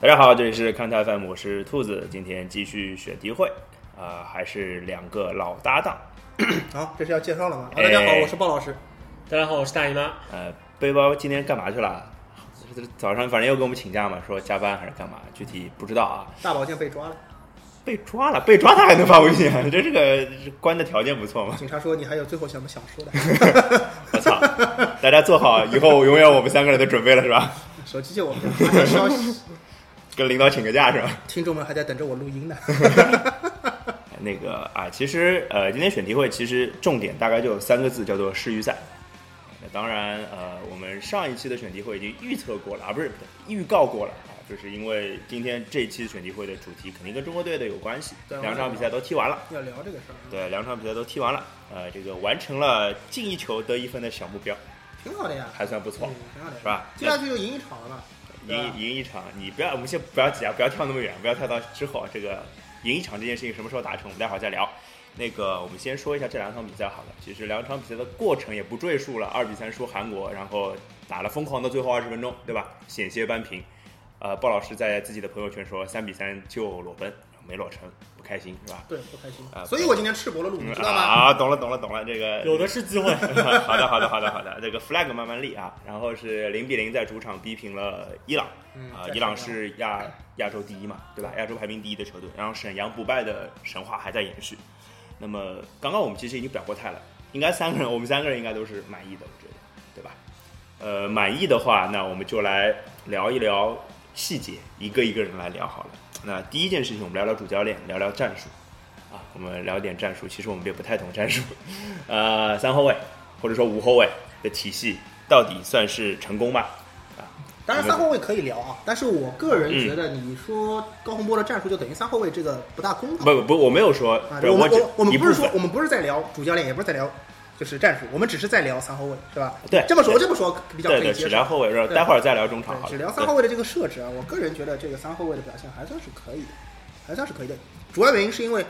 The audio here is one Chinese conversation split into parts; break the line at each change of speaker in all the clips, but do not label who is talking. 大家好，这里是看台 FM，我是兔子，今天继续选题会啊、还是两个老搭档，
好，这是要介绍了吗？啊、
哎
大家好，我是鲍老师。
大家好，我是大姨妈。
呃，背包今天干嘛去了？早上反正又给我们请假嘛，说加班还是干嘛，具体不知道啊。
大保健被抓了，
被抓了，被抓他还能发微信啊？ 这这个关的条件不错嘛。
警察说你还有最后想不想说的？
我操！大家做好以后永远我们三个人的准备了是吧？
手机借我，发点消息。
跟领导请个假是吧？
听众们还在等着我录音呢。
那个啊，其实呃，今天选题会其实重点大概就有三个字，叫做世预赛。那当然呃，我们上一期的选题会已经预测过了啊，不是预告过了啊，就是因为今天这一期选题会的主题肯定跟中国队的有关系，
对
两场比赛都踢完了。
要聊这个事儿，
对，两场比赛都踢完了，呃，这个完成了进一球得一分的小目标，
挺好的呀，
还算不错
嗯，，挺好的呀，
是吧
接下去就赢一场了嘛。对
赢
吧
赢一场，你不要，我们先不要急啊，不要跳那么远，不要跳到之后啊。这个赢一场这件事情什么时候达成，我们待会儿再聊。那个，我们先说一下这两场比赛好了。其实两场比赛的过程也不赘述了，二比三输韩国，然后打了疯狂的最后二十分钟，对吧？险些扳平。呃，鲍老师在自己的朋友圈说三比三就裸奔，没裸成，不开心是吧？
对，不开心
啊。
所以我今天赤膊了路，你知道吗？
啊，懂了懂了懂了，这个
有的是机会，
好的，好的，好的，好的。这个 flag 慢慢立啊，然后是零比零在主场逼平了伊朗，
嗯
啊、
在
伊朗是亚亚洲第一嘛，对吧？亚洲排名第一的球队，然后沈阳不败的神话还在延续。那么刚刚我们其实已经表过态了，应该三个人，我们三个人应该都是满意的，我觉得，对吧？呃，满意的话，那我们就来聊一聊细节，一个一个人来聊好了。那第一件事情，我们聊聊主教练，聊聊战术。啊，我们聊点战术，其实我们也不太懂战术。呃，三后卫或者说无后卫的体系到底算是成功吗？
当
我
然
们
三后卫可以聊啊，但是我个
嗯
人觉得你说高洪波的战术就等于三后卫，这个不大公道。
不不，我没有说，
啊，
对
我们
只
我我们
一
不是
部
说
分
我们不是在聊主教练，也不是在聊就是战术，我们只是在聊三后卫，是吧？
对
这么说
对
这么说比较可
对
以
对，
接
只
受
聊。后卫，然后
对
待会儿再聊中场好了。
对，只聊三后卫的这个设置啊，我个人觉得这个三后卫的表现还算是可以的，还算是可以的。主要原因是因为，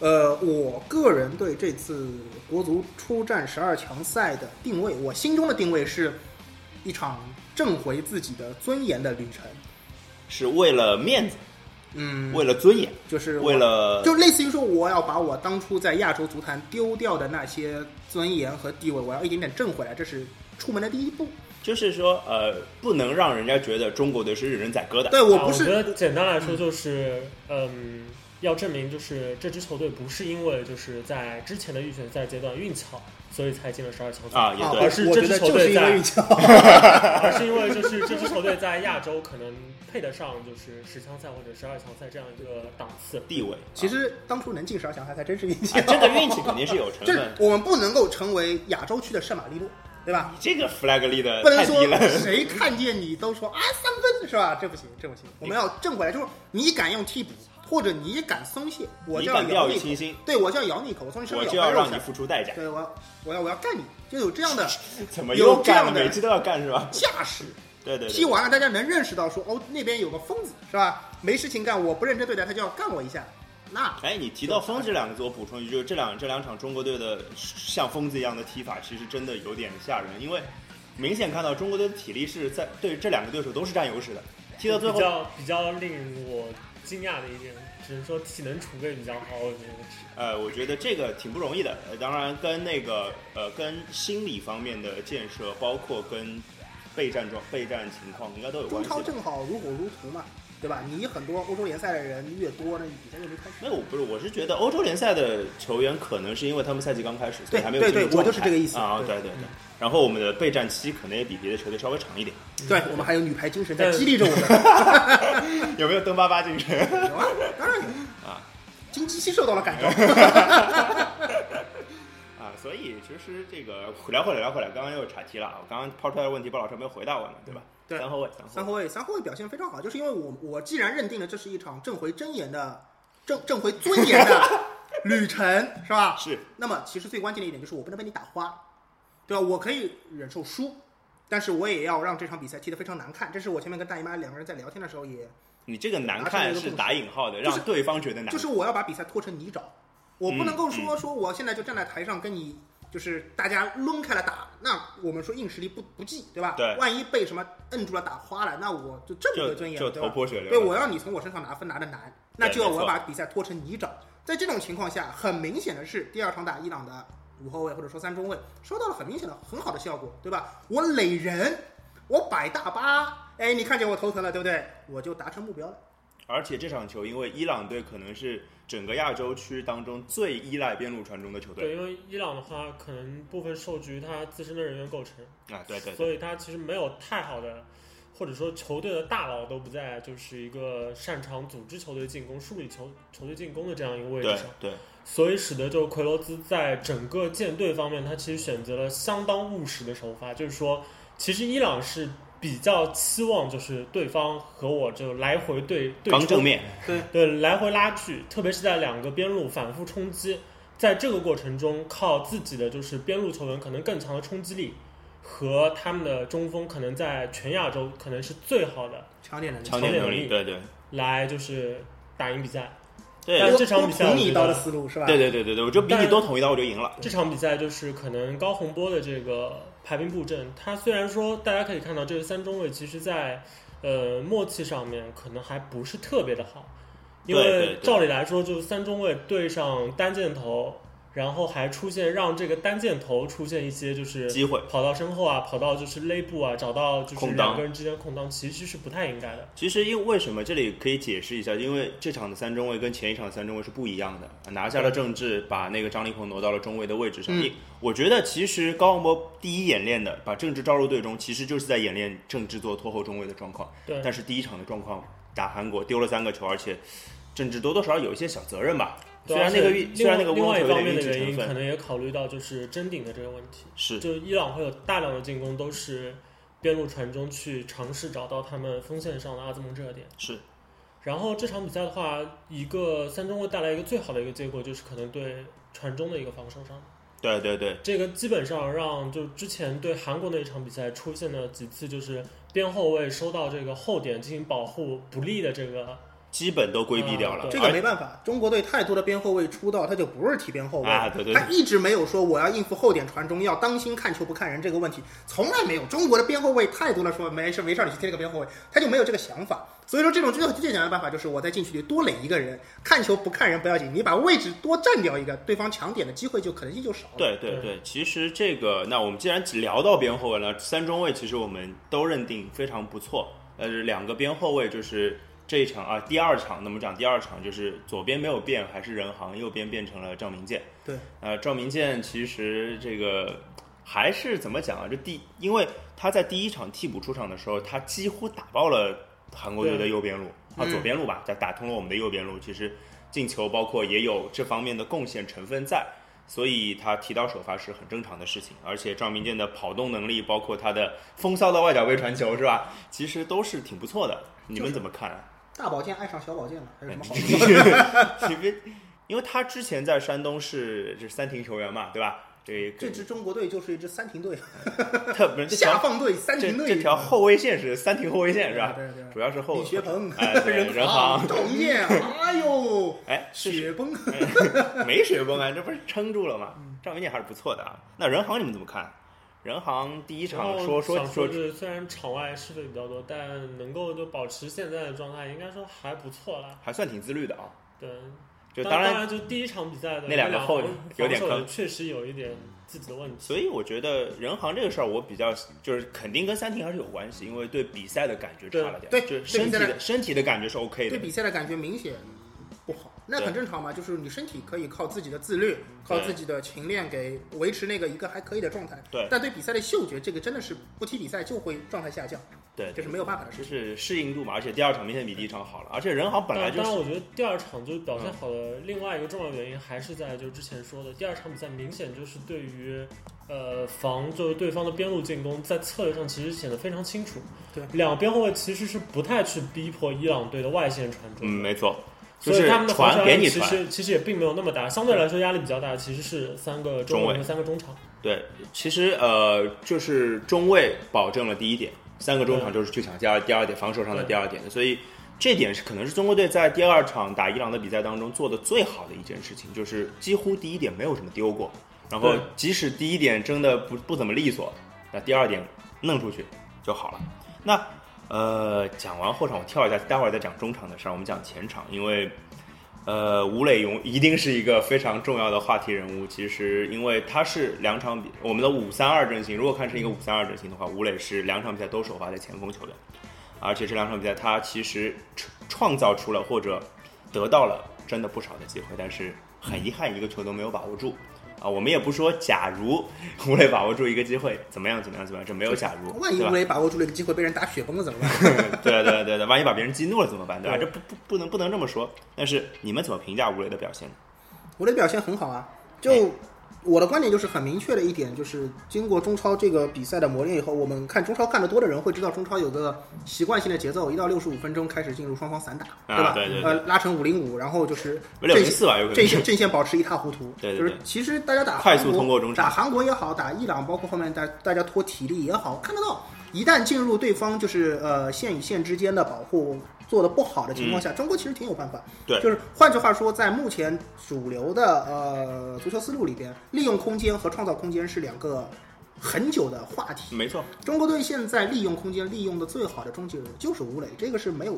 呃，我个人对这次国足出战十二强赛的定位，我心中的定位是一场挣回自己的尊严的旅程。
对是为了面子，
嗯，
为了尊严，
就是我
为了
就类似于说，我要把我当初在亚洲足坛丢掉的那些尊严和地位，我要一点点挣回来，这是出门的第一步。
就是说呃，不能让人家觉得中国队是任人宰割的。
对我不
哦
啊我觉
是
得简单来说就是，嗯，要证明就是这支球队不是因为就是在之前的预选赛阶段运气好，所以才进了十二强组
啊也
啊，
对
我
而是
我
这
觉
支
得
球
就是因
队
为
在
运，气好。
而是因为就是这支球队在亚洲可能配得上就是十强赛或者十二强赛这样一个档次。
地位，
其实当初能进十二强赛，还真是运气
啊
好。
这个运气肯定是有成
这
分。
我们不能够成为亚洲区的圣马力诺，对吧？
你这个 flag 立的
不能
呃太低了
说。 谁看见你都说啊三分是吧？这不行，这不行。我们要正回来，就是你敢用替补，或者你敢松懈，我
你
就要
敢
咬
掉以
你
轻
一口。
心，
对，我就要咬你一口，我从你身
我
上
就
咬块
要
肉
让
下
你
来。
付出代价。
对，我要我要我要干你，就有这样的
怎么
有
又
这
干
样
了？
的
每期都要干是吧？
架势。
对对
踢
对，
完了，大家能认识到说哦，那边有个疯子是吧？没事情干，我不认真对待他就要干我一下，那
哎，你提到“疯”这两个字，我补充一句，就是这两这两场中国队的像疯子一样的踢法，其实真的有点吓人，因为明显看到中国队的体力是在对这两个对手都是占优势的，踢到最
比
后
较比较令我惊讶的一点，只能说体能储备比较好，我觉得是。
呃，我觉得这个挺不容易的。呃、当然，跟那个呃，跟心理方面的建设，包括跟备战状、备战情况，应该都有
中
关系
超
吧。
正好如火如荼嘛，对吧？你很多欧洲联赛的人越多，那比赛就没开始。
没有，我不是，我是觉得欧洲联赛的球员可能是因为他们赛季刚开始，所以
对
还没有
对
进入
对我
状
就是
态
这个意思
啊，
对嗯
对对。然后我们的备战期可能也比别的球队稍微长一点，
对我们还有女排精神在
但
激励着 我们，
有没有登巴巴精神？
有 啊，当然有
啊。
金鸡西受到了感召，
啊，所以其实这个聊回来聊回来，刚刚又岔题了啊。我刚刚抛出来的问题，鲍老师没有回答我呢，对吧？
对
三后卫，
三后卫，三后卫表现非常好，就是因为我我既然认定了这是一场正回真言的正正回尊严的旅程，是吧？
是
那么其实最关键的一点就是我不能被你打花，对吧？我可以忍受输，但是我也要让这场比赛踢得非常难看。这是我前面跟大姨妈两个人在聊天的时候也
你这个难
达成了
看
一个
是
共识
打引号的，
就是
让对方觉得难看。
就是我要把比赛拖成泥沼，我不能够
嗯
说说我现在就站在台上跟你就是大家抡开了打，那我们说硬实力不不济，对吧？
对
万一被什么摁住了打花了，那我就这么
就
个尊严，
就
对
头
吧？
破血流
对，
了。
我要你从我身上拿分拿的难，那
对
就要
没
我
错
把比赛拖成泥沼。在这种情况下，很明显的是，第二场打伊朗的五后卫或者说三中卫，收到了很明显的很好的效果，对吧？我垒人，我摆大巴，哎，你看见我头疼了，对不对？我就达成目标了。
而且这场球，因为伊朗队可能是整个亚洲区当中最依赖边路传中的球队
对，因为伊朗的话，可能部分受局他自身的人员构成，
啊，对对对，
所以他其实没有太好的，或者说球队的大佬都不在，就是一个擅长组织球队进攻、梳理球球队进攻的这样一个位置
对
上，
对
所以使得就奎罗兹在整个舰队方面，他其实选择了相当务实的手法，就是说，其实伊朗是比较期望就是对方和我就来回对对
刚
冲
正面，
对，来回拉锯，特别是在两个边路反复冲击，在这个过程中，靠自己的就是边路球员可能更强的冲击力，和他们的中锋可能在全亚洲可能是最好的，
强点能力，
强点
点
能
能
力，
力
对对
来就是打赢比赛。
对
但
多
这场比赛
多
我
捅你一
觉
刀
得
的思路是吧？
对对对对对，我就比你
但
多捅一刀，我就赢了。
这场比赛就是可能高洪波的这个排兵布阵，他虽然说大家可以看到这个三中卫其实在呃默契上面可能还不是特别的好，因
对对
为
对
照理来说就是三中卫对上单箭头，然后还出现让这个单箭头出现一些就是
机会
跑到身后啊，跑到就是勒布啊，找到就是
空档
两个人之间空档，其实是不太应该的。
其实因为为什么这里可以解释一下，因为这场的三中卫跟前一场的三中卫是不一样的，拿下了郑智，把那个张立鹏挪到了中卫的位置上。
嗯
一我觉得其实高洪波第一演练的把郑智招入队中，其实就是在演练郑智做拖后中卫的状况。
对
但是第一场的状况打韩国丢了三个球，而且郑智多多少少有一些小责任吧，
对
虽然那个运
而且
虽然那个
另
温
外
球
另
有
外
点
一方面
运
的
气
原
成
因，可
分
能也考虑到就是争顶的这个问题。
是。
就伊朗会有大量的进攻都是边路传中去尝试找到他们锋线上的阿兹蒙热点。
是
然后这场比赛的话，一个三中卫带来一个最好的一个结果就是可能对传中的一个防守上，
对对对，
这个基本上让就之前对韩国那一场比赛出现了几次就是边后卫收到这个后点进行保护不利的这个
基本都规避掉了。
啊对
这
呃而
个没办法，中国队太多的边后卫出道，他就不是踢边后卫，
啊对对
他一直没有说我要应付后点传中，要当心看球不看人这个问题，从来没有。中国的边后卫太多了，说没事没事，你去踢那个边后卫，他就没有这个想法。所以说，这种最最简单的办法就是我在禁区里多垒一个人，看球不看人不要紧，你把位置多占掉一个，对方抢点的机会就可能性就少了。
对对对，其实这个，那我们既然聊到边后卫了，三中卫其实我们都认定非常不错。呃，两个边后卫就是这一场啊，第二场，那么讲第二场就是左边没有变，还是任航，右边变成了赵明剑。
对，
呃，赵明剑其实这个还是怎么讲啊？这第，因为他在第一场替补出场的时候，他几乎打爆了韩国队的右边路啊，
嗯
左边路吧，打打通了我们的右边路。其实进球包括也有这方面的贡献成分在，所以他提到首发是很正常的事情。而且赵明剑的跑动能力，包括他的风骚的外脚背传球，是吧？其实都是挺不错的。你们怎么看、啊？
大保健爱上小保健了，还有什么
哎
好？
因为因为他之前在山东是是三停球员嘛，对吧？这
这支中国队就是一支三停队，
特不是这
下
条
放队三
这
停队，
这条后卫线是三停后卫线
对
是吧？
对对对
主要是后
李 学鹏、
哎 对人
行、
行
赵明剑，哎呦，
哎是
雪崩。
没雪崩啊，这不是撑住了吗？
嗯
赵云健还是不错的啊。那人行你们怎么看？人行第一
然
场
哦
后
说说
想
说
就是虽然场外是非比较多，但能够就保持现在的状态，应该说还不错啦。
还算挺自律的啊，
对，
就
当
当然
然，就第一场比赛的
那两个后
防
有点
防守
坑
也确实有一点自己的问题。
所以我觉得人行这个事儿，我比较就是肯定跟三停还是有关系，因为对比赛的感觉差了点，
对
就是
对
身体
比赛
的身体的感觉是 OK 的
对，比赛的感觉明显不好，那
对
很正常嘛。就是你身体可以靠自己的自律，靠
对
自己的勤练给维持那个一个还可以的状态。
对
但对比赛的嗅觉，这个真的是不踢比赛就会状态下降，
对，
这是没有办法的事
就
情。
是适应度嘛，而且第二场明显比第一场好了，而且人行本来就
但当然，
是
我觉得第二场就是表现好的另外一个重要原因，还是在就是之前说的，第二场比赛明显就是对于呃防就是对方的边路进攻，在策略上其实显得非常清楚。
对，
两边后卫其实是不太去逼迫伊朗队的外线传中
嗯
的。
没错，就
所以
是
他们的防守
传
压
给
力
你
其
传，
实其实也并没有那么大，相对来说压力比较大，其实是三个中
中
卫
卫
和三个中场。
对，其实呃，就是中卫保证了第一点，三个中场就是最强，第二第二点防守上的第二点，所以这点是可能是中国队在第二场打伊朗的比赛当中做的最好的一件事情，就是几乎第一点没有什么丢过，然后
对
即使第一点争的不不怎么利索，那第二点弄出去就好了。那呃，讲完后场我跳一下，待会儿再讲中场的事儿，我们讲前场，因为呃，吴磊勇一定是一个非常重要的话题人物。其实，因为他是两场比我们的五三二阵型，如果看成一个五三二阵型的话，吴磊是两场比赛都首发的前锋球员，而且这两场比赛他其实创创造出了或者得到了真的不少的机会，但是很遗憾一个球都没有把握住。啊，我们也不说，假如吴磊把握住一个机会，怎么样，怎么样，怎么样，这没有假如，
万一
对吧
吴？磊把握住了一个机会，被人打雪崩了怎么办？
对啊对啊对啊对啊，万一把别人激怒了怎么办？对吧？这
对
不不不能不能这么说。但是你们怎么评价吴磊的表现呢？
我的表现很好啊。
哎
就我的观点就是很明确的一点，就是经过中超这个比赛的磨练以后，我们看中超看得多的人会知道，中超有个习惯性的节奏，一到六十五分钟开始进入双方散打，
啊
吧？
对对对
呃，拉成五零五，然后就是
六
阵
零
线
四吧，有可能
阵
是
线阵线保持一塌糊涂。
对对
就是
对
其实大家打
快速
韩国
通过中场
打韩国也好，打伊朗，包括后面大大家拖体力也好，看得到。一旦进入对方就是呃线与线之间的保护做的不好的情况下，中国其实挺有办法。
嗯对
就是换句话说，在目前主流的呃足球思路里边，利用空间和创造空间是两个很久的话题。
没错，
中国队现在利用空间利用的最好的中继人就是吴磊，这个是没有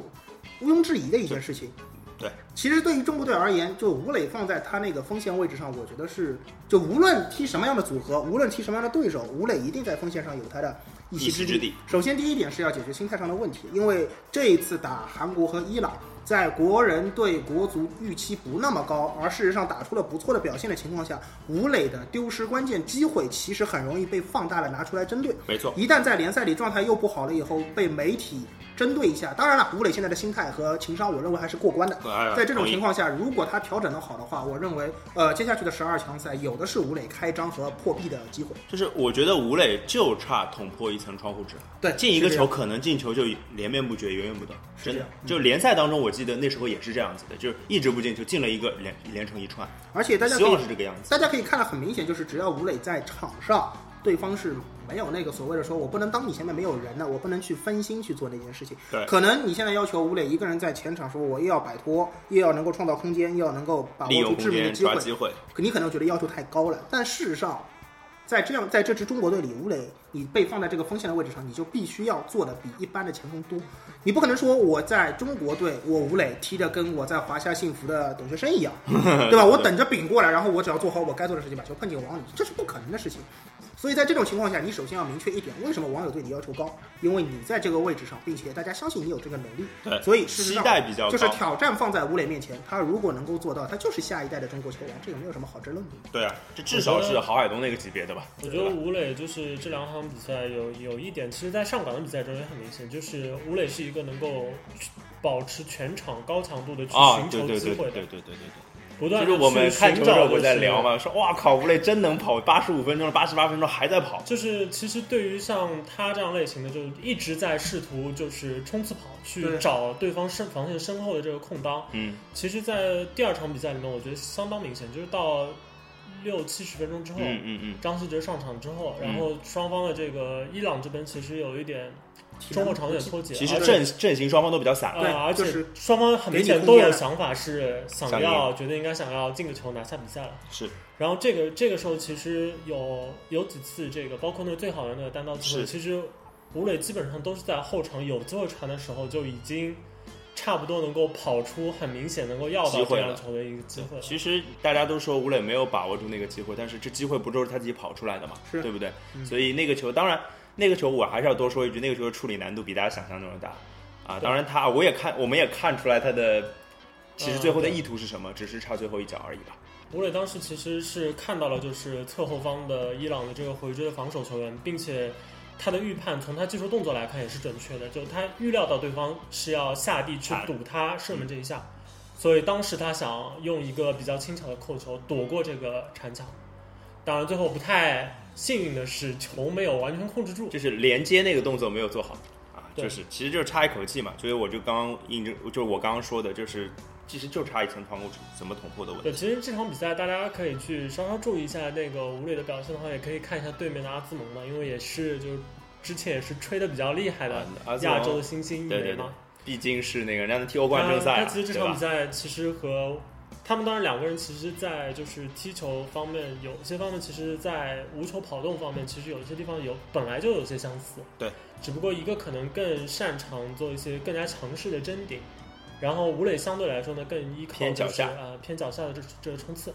毋庸置疑的一件事情。
对，
其实对于中国队而言，就吴磊放在他那个锋线位置上，我觉得是就无论踢什么样的组合，无论踢什么样的对手，吴磊一定在锋线上有他的一
一
席
席
之
之
地
地。
首先，第一点是要解决心态上的问题，因为这一次打韩国和伊朗，在国人对国足预期不那么高，而事实上打出了不错的表现的情况下，吴磊的丢失关键机会其实很容易被放大了拿出来针对。
没错，
一旦在联赛里状态又不好了以后，被媒体针对一下，当然了，吴磊现在的心态和情商，我认为还是过关的。
哎
在这种
同意
情况下，如果他调整的好的话，我认为，呃，接下去的十二强赛有的是吴磊开张和破壁的机会。
就是我觉得吴磊就差捅破一层窗户纸了，
对，
进一个
是这
球
样，
可能进球就连绵不绝，源源不断，
是
真
这
的
样。嗯
就联赛当中，我记得那时候也是这样子的，就是一直不进球，进了一个连连成一串，
而且大家
希
可以
望是这个样子。
大家可以看得很明显，就是只要吴磊在场上，对方是没有那个所谓的说我不能当你前面没有人的，我不能去分心去做那件事情。
对
可能你现在要求吴磊一个人在前场说我又要摆脱，又要能够创造空间，又要能够把
利
握
用
住
空
致命的
间
机
抓
会，
机会，
你可能觉得要求太高了，但事实上，在这样在这支中国队里，吴磊你被放在这个锋线的位置上，你就必须要做的比一般的前锋多。你不可能说我在中国队，我吴磊踢的跟我在华夏幸福的董学生一样，对吧？我等着饼过来，然后我只要做好我该做的事情，把球碰进网里，这是不可能的事情。所以在这种情况下，你首先要明确一点，为什么网友对你要求高？因为你在这个位置上，并且大家相信你有这个能力，
对
所以事实
期
上
待比较高，
就是挑战放在吴磊面前，他如果能够做到，他就是下一代的中国球员，这个没有什么好争论的。
对啊，这至少是郝海东那个级别的吧？
我觉得吴磊就是这两场比赛有有一点，其实，在上港的比赛中也很明显，就是吴磊是一个能够保持全场高强度的去
啊，
寻
对
求
对
机
对对
会
对
的，
对对对
不
对，
断
就是我们看球的时候
我
我在聊。嘛，说哇靠，吴磊真能跑，八十五分钟了，八十八分钟还在跑，
就是其实对于像他这样类型的，就一直在试图就是冲刺跑
对
去找对方身防线身后的这个空当。
嗯，
其实，在第二场比赛里面，我觉得相当明显，就是到六七十分钟之后，
嗯嗯嗯，
张稀哲上场之后，
嗯
然后双方的这个伊朗这边其实有一点中后场有点脱节，
其实
而且
阵阵型双方都比较散，
对
呃，啊而
就
且
是
双方很明
给
显
你
都
空间
有
了
想法是想
想
要觉得应该想要进个球拿下比赛了。
是
然后这个这个时候其实有有几次这个，包括那个最好的那个单刀机会，
是
其实吴磊基本上都是在后场有机会传的时候就已经差不多能够跑出很明显能够要
机
到
会
这
了
样球的一个机会了。
其实大家都说吴磊没有把握住那个机会，但是这机会不就是他自己跑出来的嘛，
是
对不对？
嗯
所以那个球，当然那个球我还是要多说一句，那个球的处理难度比大家想象中的大啊。
对
当然他我也看，我们也看出来他的其实
嗯
最后的
对
意图是什么，只是差最后一脚而已吧。
吴磊当时其实是看到了就是侧后方的伊朗的这个回追的防守球员，并且他的预判从他技术动作来看也是准确的，就他预料到对方是要下地去堵他射门这一下，所以当时他想用一个比较轻巧的扣球躲过这个铲抢，当然最后不太幸运的是球没有完全控制住，
就是连接那个动作没有做好啊，
对
就是其实就是差一口气嘛，所以我就刚刚印证，就是我刚刚说的，就是其实就差一层窗户纸怎么捅破的问题。
对，其实这场比赛大家可以去稍稍注意一下那个吴磊的表现的话，也可以看一下对面的阿兹蒙嘛，因为也是就是之前也是吹的比较厉害的
啊阿兹蒙
亚洲的新星一
对对
枚
对
嘛。
毕竟是那个人家能踢欧冠正赛、
他
啊，
其实这
对
场
吧？
比赛其实和他们当然两个人其实，在就是踢球方面，有些方面其实，在无球跑动方面，其实有一些地方有本来就有些相似。
对，
只不过一个可能更擅长做一些更加强势的争顶，然后吴磊相对来说呢更依靠、就是、
偏脚下
呃偏脚下的这这个冲刺。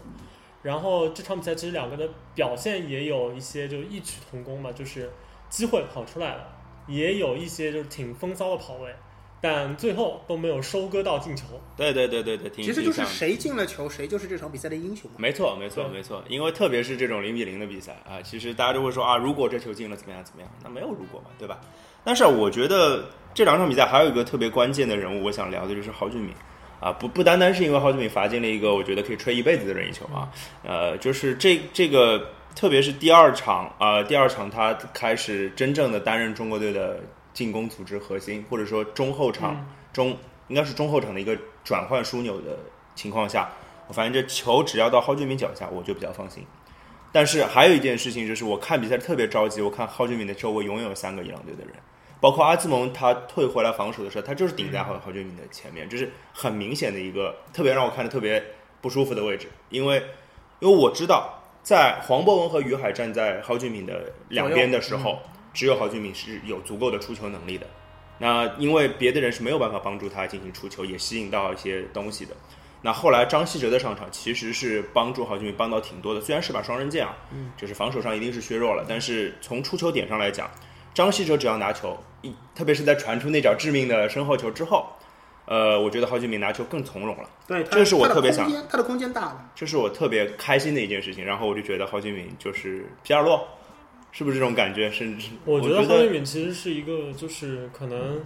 然后这场比赛其实两个人的表现也有一些就异曲同工吧，就是机会跑出来了，也有一些就是挺风骚的跑位，但最后都没有收割到进球。
对对对对对，挺
其实就
挺
是
像的
谁进了球，谁就是这场比赛的英雄嘛。
没错，没错，
对
没错，因为特别是这种零比零的比赛啊，其实大家都会说啊，如果这球进了怎么样怎么样，那没有如果嘛，对吧？但是我觉得这两场比赛还有一个特别关键的人物，我想聊的就是郝俊敏啊，不不单单是因为郝俊敏罚进了一个我觉得可以吹一辈子的任意球啊，呃，就是这这个，特别是第二场啊、呃第二场他开始真正的担任中国队的进攻组织核心，或者说中后场、
嗯
中应该是中后场的一个转换枢纽的情况下，我发现这球只要到郝俊敏脚下，我就比较放心。但是还有一件事情就是，我看比赛特别着急，我看郝俊敏的周围永远有三个伊朗队的人，包括阿兹蒙他退回来防守的时候，他就是顶在郝郝俊敏的前面，这是很明显的一个特别让我看着特别不舒服的位置，因为因为我知道在黄博文和于海站在郝俊敏的两边的时候，只有郝俊敏是有足够的出球能力的。那因为别的人是没有办法帮助他进行出球，也吸引到一些东西的。那后来张稀哲的上场其实是帮助郝俊敏帮到挺多的，虽然是把双刃剑啊，
嗯
就是防守上一定是削弱了，但是从出球点上来讲，张稀哲只要拿球，一特别是在传出那脚致命的身后球之后，呃，我觉得郝俊敏拿球更从容了，
对，
这是我特别想
他的空间，他的空间大了。
这是我特别开心的一件事情。然后我就觉得郝俊敏就是皮尔洛，是不是这种感觉？甚至
我
觉
觉得郝俊敏其实是一个，就是可能，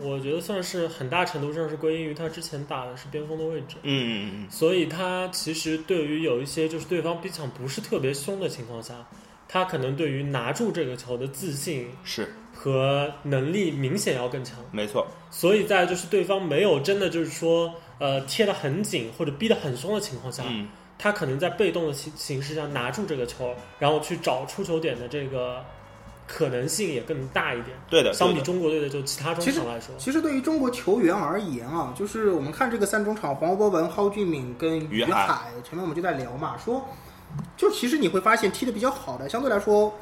我觉得算是很大程度上是归因于他之前打的是边锋的位置，
嗯嗯嗯
所以他其实对于有一些就是对方逼抢不是特别凶的情况下，他可能对于拿住这个球的自信
嗯，是
和能力明显要更强。
没错，
所以在就是对方没有真的就是说呃贴得很紧或者逼得很凶的情况下，
嗯，
他可能在被动的形形式下拿住这个球，然后去找出球点的这个可能性也更大一点。
对的，
相
对
比
的
中国队的就其他中
其实
场来说，
其实对于中国球员而言啊，就是我们看这个三中场，黄博文、蒿俊闵跟于
于海
海，前面我们就在聊嘛，说就其实你会发现踢得比较好的，相对来说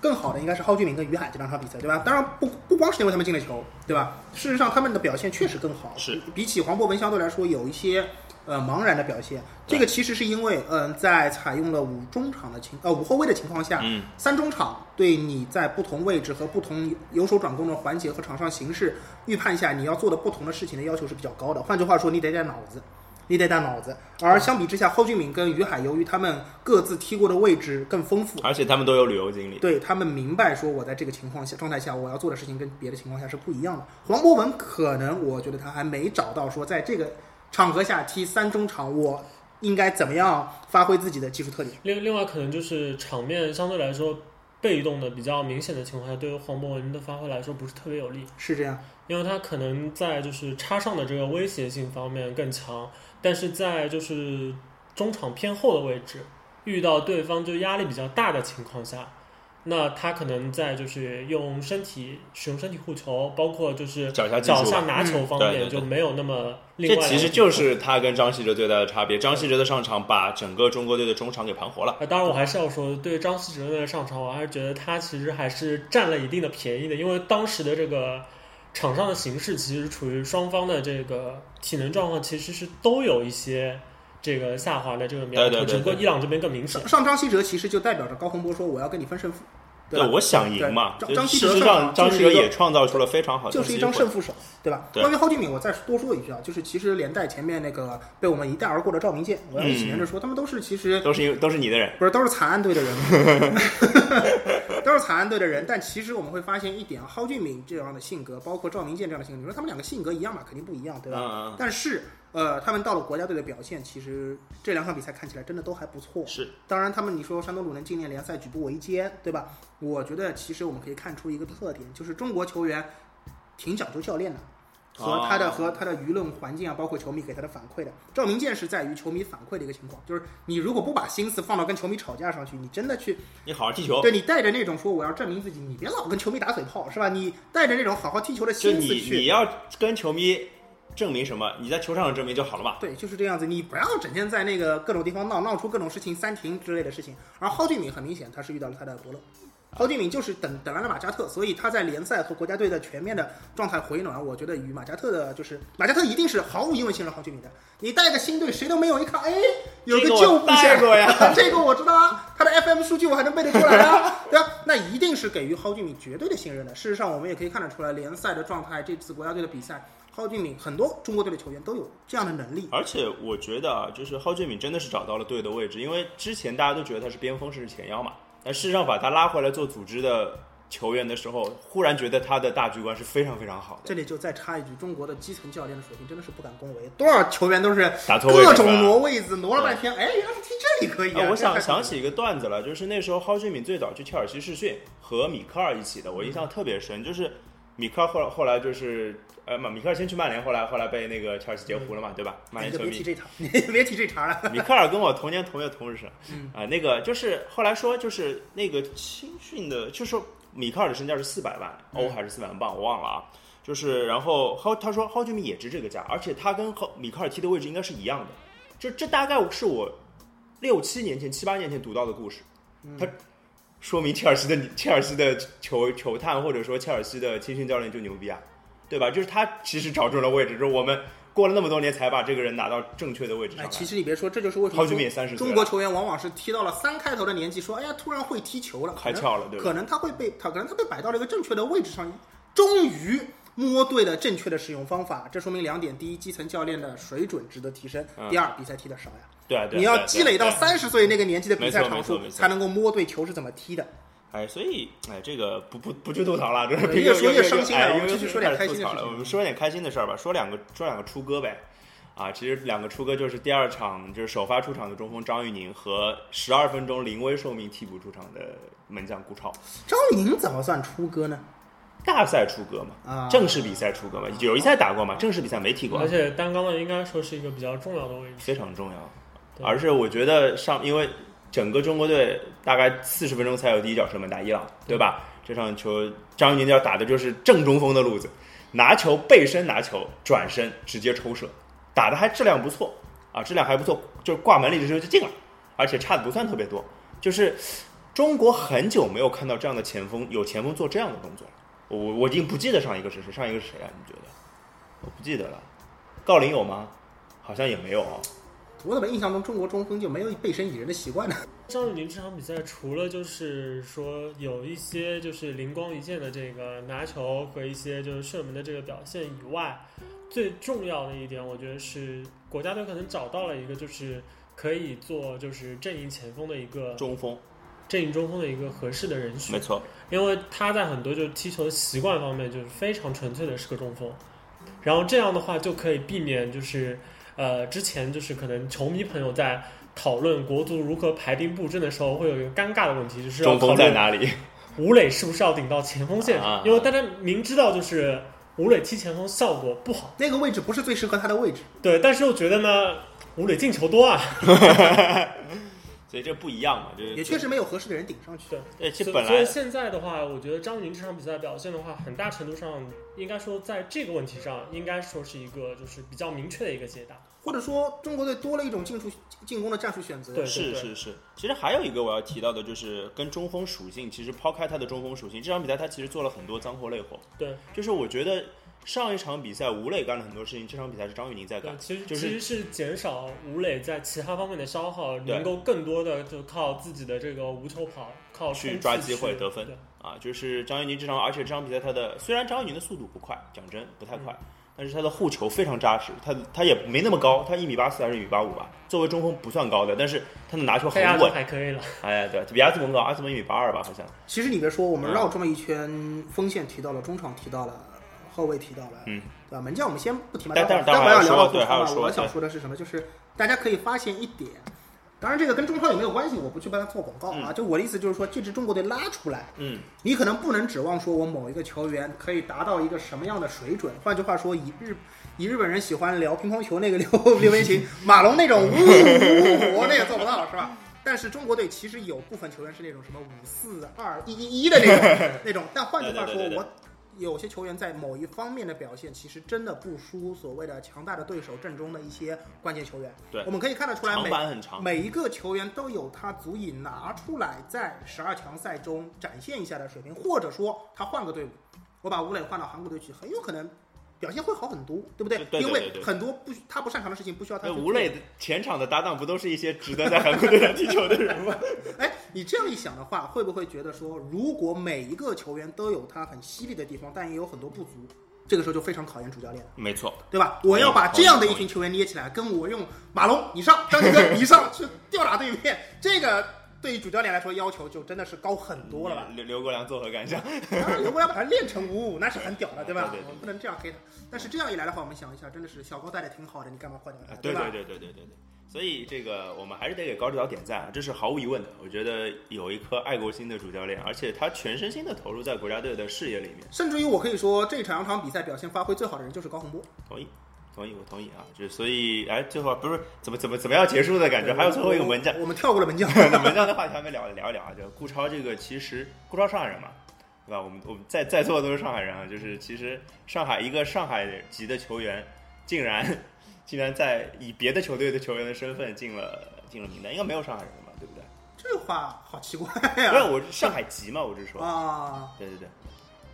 更好的应该是蒿俊闵跟于海这两场比赛，对吧？当然不不光是因为他们进了球，对吧？事实上他们的表现确实更好，
是
比起黄博文相对来说有一些。呃，茫然的表现，
对
这个其实是因为，嗯、在采用了五中场的情，呃，五后卫的情况下，
嗯
三中场对你在不同位置和不同由守转攻的环节和场上形势预判下，你要做的不同的事情的要求是比较高的。换句话说，你得带脑子，你得带脑子。而相比
嗯
之下，蒿俊闵跟于海，由于他们各自踢过的位置更丰富，
而且他们都有旅游经历，
对他们明白说，我在这个情况下状态下，我要做的事情跟别的情况下是不一样的。黄博文可能我觉得他还没找到说，在这个场合下踢三中场，我应该怎么样发挥自己的技术特点。
另另外可能就是场面相对来说被动的比较明显的情况下，对于黄博文的发挥来说不是特别有利，
是这样，
因为他可能在就是插上的这个威胁性方面更强，但是在就是中场偏后的位置，遇到对方就压力比较大的情况下，那他可能在就是用身体使用身体护球，包括就是
脚下技
脚
术吧
下拿球
嗯
方
对对
面
对
就没有那么另外
这
两个
其实
情况
就是他跟张稀哲最大的差别。张稀哲的上场把整个中国队的中场给盘活了。
啊，当然我还是要说，对张稀哲的上场，我还是觉得他其实还是占了一定的便宜的，因为当时的这个场上的形势其实处于双方的这个体能状况其实是都有一些这个下滑的这个苗头，
对对对
只不过
对
伊朗这边更明显
上。上张稀哲其实就代表着高洪波说我要跟你分胜负，
对，
吧？
我想赢嘛。
啊对
就
张张稀哲
事实
上
上，张稀
就是
哲
一个
也创造出了非常好的
就是一张
机会
胜负手，对吧？
对
关于蒿俊闵，我再多说一句啊，就是其实连带前面那个被我们一带而过的赵明剑，我要一起连着说，他们都是其实
都是因为都是你的人。
不是都是惨案队的人， 都是惨案队的人。但其实我们会发现一点啊，蒿俊闵这样的性格，包括赵明剑这样的性格，你说他们两个性格一样吗？肯定不一样，对吧？
嗯嗯
但是呃，他们到了国家队的表现，其实这两场比赛看起来真的都还不错
嗯，。是
当然，他们你说山东鲁能今年联赛举步维艰，对吧？我觉得其实我们可以看出一个特点，就是中国球员挺讲究教练的，和他的、
哦
和他的舆论环境啊，包括球迷给他的反馈的。赵明剑是在于球迷反馈的一个情况，就是你如果不把心思放到跟球迷吵架上去，你真的去
你好好踢球，
对你带着那种说我要证明自己，你别老跟球迷打嘴炮，是吧？你带着那种好好踢球的
就
心思
你
去
你要跟球迷证明什么？你在球场上证明就好了嘛。
对，就是这样子。你不要整天在那个各种地方闹，闹出各种事情，三停之类的事情。而蒿俊闵很明显，他是遇到了他的伯乐。蒿俊闵就是等等来了马加特，所以他在联赛和国家队的全面的状态回暖，我觉得与马加特的就是马加特一定是毫无疑问信任蒿俊闵的。你带个新队，谁都没有，一看，哎，有
这个我
旧部下
带过呀，
这个我知道啊，他的 FM 数据我还能背得出来 啊，对吧？那一定是给予蒿俊闵绝对的信任的。事实上，我们也可以看得出来，联赛的状态，这次国家队的比赛，蒿俊闵很多中国队的球员都有这样的能力。
而且我觉得啊，就是蒿俊闵真的是找到了对的位置，因为之前大家都觉得他是边锋甚至前腰嘛，但事实上把他拉回来做组织的球员的时候，忽然觉得他的大局观是非常非常好的。
这里就再插一句，中国的基层教练的水平真的是不敢恭维，多少球员都是
打错位置
各种
是吧嗯
挪位子，挪了半天，哎，原来是踢这里可以
啊，
啊！
我想
这还
想起一个段子了，就是那时候蒿俊闵最早去切尔西试训，和米克尔一起的，我印象特别深。就是米克尔后来后来就是呃，米克尔先去曼联，后来后来被那个切尔西截胡了嘛，对吧？曼
哎你
联
就
球
别
迷
提这茬，你就别提这茬了。
米克尔跟我同年同月同日生，啊、那个就是后来说就是那个青训的，就说米克尔的身价是四百万欧还是四百万镑，我忘了啊。就是然后蒿他说蒿俊闵也值这个价，而且他跟蒿米克尔踢的位置应该是一样的，就这大概是我六七年前、七八年前读到的故事。他说明切尔西的切尔西的球球探或者说切尔西的青训教练就牛逼啊，对吧？就是他其实找准了位置，就是我们过了那么多年才把这个人拿到正确的位置上
哎，
来。
其实你别说，这就是为什么
蒿俊闵
中
也三十岁
中
了，
国球员往往是踢到了三开头的年纪，说哎呀，突然会踢球了，可
开
能
窍了，对吧？
可能他会被他可能他被摆到了一个正确的位置上，终于摸对了正确的使用方法。这说明两点：第一，基层教练的水准值得提升；
嗯
第二，比赛踢得少呀。
对啊，对啊
你要积累到。
对啊对啊
三十岁那个年纪的比赛
没错
场
没
数
错没，错
才能够摸对球是怎么踢的。
哎，所以哎，这个不不不去吐槽了，这是
对越说
又
越伤心了
哎
我们
又
继续说点
又
开心
吐
的
槽了
事情
我们说点开心的事儿吧，说两个说两个出歌呗。啊，其实两个出歌就是第二场就是首发出场的中锋张玉宁和十二分钟临危受命替补出场的门将顾超，
张宁怎么算出歌呢？
大赛出歌嘛，
啊，
正式比赛出歌嘛，友谊赛打过嘛，正式比赛没踢过啊
而，且单刚的应该说是一个比较重要的位置。
非常重要。
对
而是我觉得上，因为整个中国队大概四十分钟才有第一脚射门打伊朗，对吧？这场球张玉宁要打的就是正中锋的路子，拿球背身拿球，转身直接抽射，打的还质量不错啊，质量还不错，就是挂门里的时候就进了，而且差的不算特别多。就是中国很久没有看到这样的前锋，有前锋做这样的动作了。我我我已经不记得上一个是谁，上一个是谁啊？你觉得？我不记得了。郜林有吗？好像也没有啊。
我怎么印象中中国中锋就没有背身倚人的习惯呢？
张雨宁这场比赛除了就是说有一些就是灵光一现的这个拿球和一些就是射门的这个表现以外，最重要的一点，我觉得是国家队可能找到了一个就是可以做就是阵营前锋的一个
中锋，
阵营中锋的一个合适的人选
没。错。
因为他在很多就是踢球的习惯方面就是非常纯粹的是个中锋，然后这样的话就可以避免就是呃之前就是可能球迷朋友在讨论国足如何排兵布阵的时候会有一个尴尬的问题，就是要
中
讨
锋在
论
哪里？
吴磊是不是要顶到前锋线
啊
上，因为大家明知道就是吴磊踢前锋效果不好，
那个位置不是最适合他的位置。
对，但是又觉得呢吴磊进球多啊，
所以这不一样嘛，就是
也确实没有合适的人顶上去。
对。
对，这
所
本
所以
来
现在的话，我觉得张云这场比赛表现的话，很大程度上应该说在这个问题上，应该说是一个就是比较明确的一个解答。
或者说，中国队多了一种进出进攻的战术选择。
对
是是是。其实还有一个我要提到的，就是跟中锋属性，其实抛开他的中锋属性，这场比赛他其实做了很多脏活累活。
对，
就是我觉得上一场比赛吴磊干了很多事情，这场比赛是张玉宁在干
对，。其实、
就是
其实是减少吴磊在其他方面的消耗，
对
能够更多的就靠自己的这个无球跑，靠
去
冲刺
抓机会
去
得分
对
啊，就是张玉宁这场，而且这场比赛他的虽然张玉宁的速度不快，讲真不太快，
嗯
但是他的护球非常扎实，他他也没那么高，他一米八四还是一米八五吧，作为中锋不算高的，但是他的拿球
黑
很
亚
稳
还可以了。
哎，对，比阿兹蒙高，阿兹蒙一米八二吧，好像。
其实你别说，我们
嗯
绕这么一圈，锋线提到了，中场提到了，后卫提到了，
嗯，
对吧？门将我们先不提嘛，
但
待会儿
但
待会
但
儿要
还有说
聊到
对还有
中超嘛。
说
我想
对
说的是什么？就是大家可以发现一点，当然这个跟中超有没有关系，我不去帮他做广告啊。就我的意思就是说，这支中国队拉出来，
嗯，
你可能不能指望说我某一个球员可以达到一个什么样的水准。换句话说，以日以日本人喜欢聊乒乓球那个刘 刘文琴、马龙那种，呜
嗯
呜呜，那也做不到，是吧？但是中国队其实 有部分球员是那种什么五四二一一一的那种那种，但换句话
对
说，
对对对对
我有些球员在某一方面的表现，其实真的不输所谓的强大的对手阵中的一些关键球员。
对
我们可以看得出来
长
每
板很长，
每一个球员都有他足以拿出来在十二强赛中展现一下的水平，或者说他换个队伍，我把吴磊换到韩国队去，很有可能表现会好很多，对不对？
对对对
因
对
为
对
很多不他不擅长的事情不需要他
那
去做。
吴 磊的前场的搭档不都是一些值得在韩国队上踢球的人吗？
哎，你这样一想的话，会不会觉得说，如果每一个球员都有他很犀利的地方，但也有很多不足，这个时候就非常考验主教练了，
没错，
对吧？我要把
同意
这样的一
同意
群球员捏起来，跟我用马龙你上，张继科你上去吊打对面，这个对于主教练来说要求就真的是高很多了吧？
刘刘国梁作何感想？
当然，刘国梁把他练成五五，那是很屌的，对吧？
嗯对对对
我们不能这样黑他。但是这样一来的话，我们想一下，真的是小高带的挺好的，你干嘛换掉他？
啊，对
吧？
对对对对对对。所以这个我们还是得给高指导点赞啊，这是毫无疑问的。我觉得有一颗爱国心的主教练，而且他全身心的投入在国家队的事业里面。
甚至于我可以说，这场场比赛表现发挥最好的人就是高洪波。
同意，同意，我同意啊。就所以，哎，最后不是怎么怎么怎么要结束的感觉，还有最后一个文章
我，我们跳过了门将。
那文章的话题还没聊聊一聊啊，就顾超这个，其实顾超上海人嘛，对吧？我们我们在在座的都是上海人啊，就是其实上海一个上海籍的球员，竟然 竟然在以别的球队的球员的身份进了进了名单，应该没有上海人嘛，对不对？
这话好奇怪
不是
呀、
我是上海籍嘛，我是说，
啊！
对对对，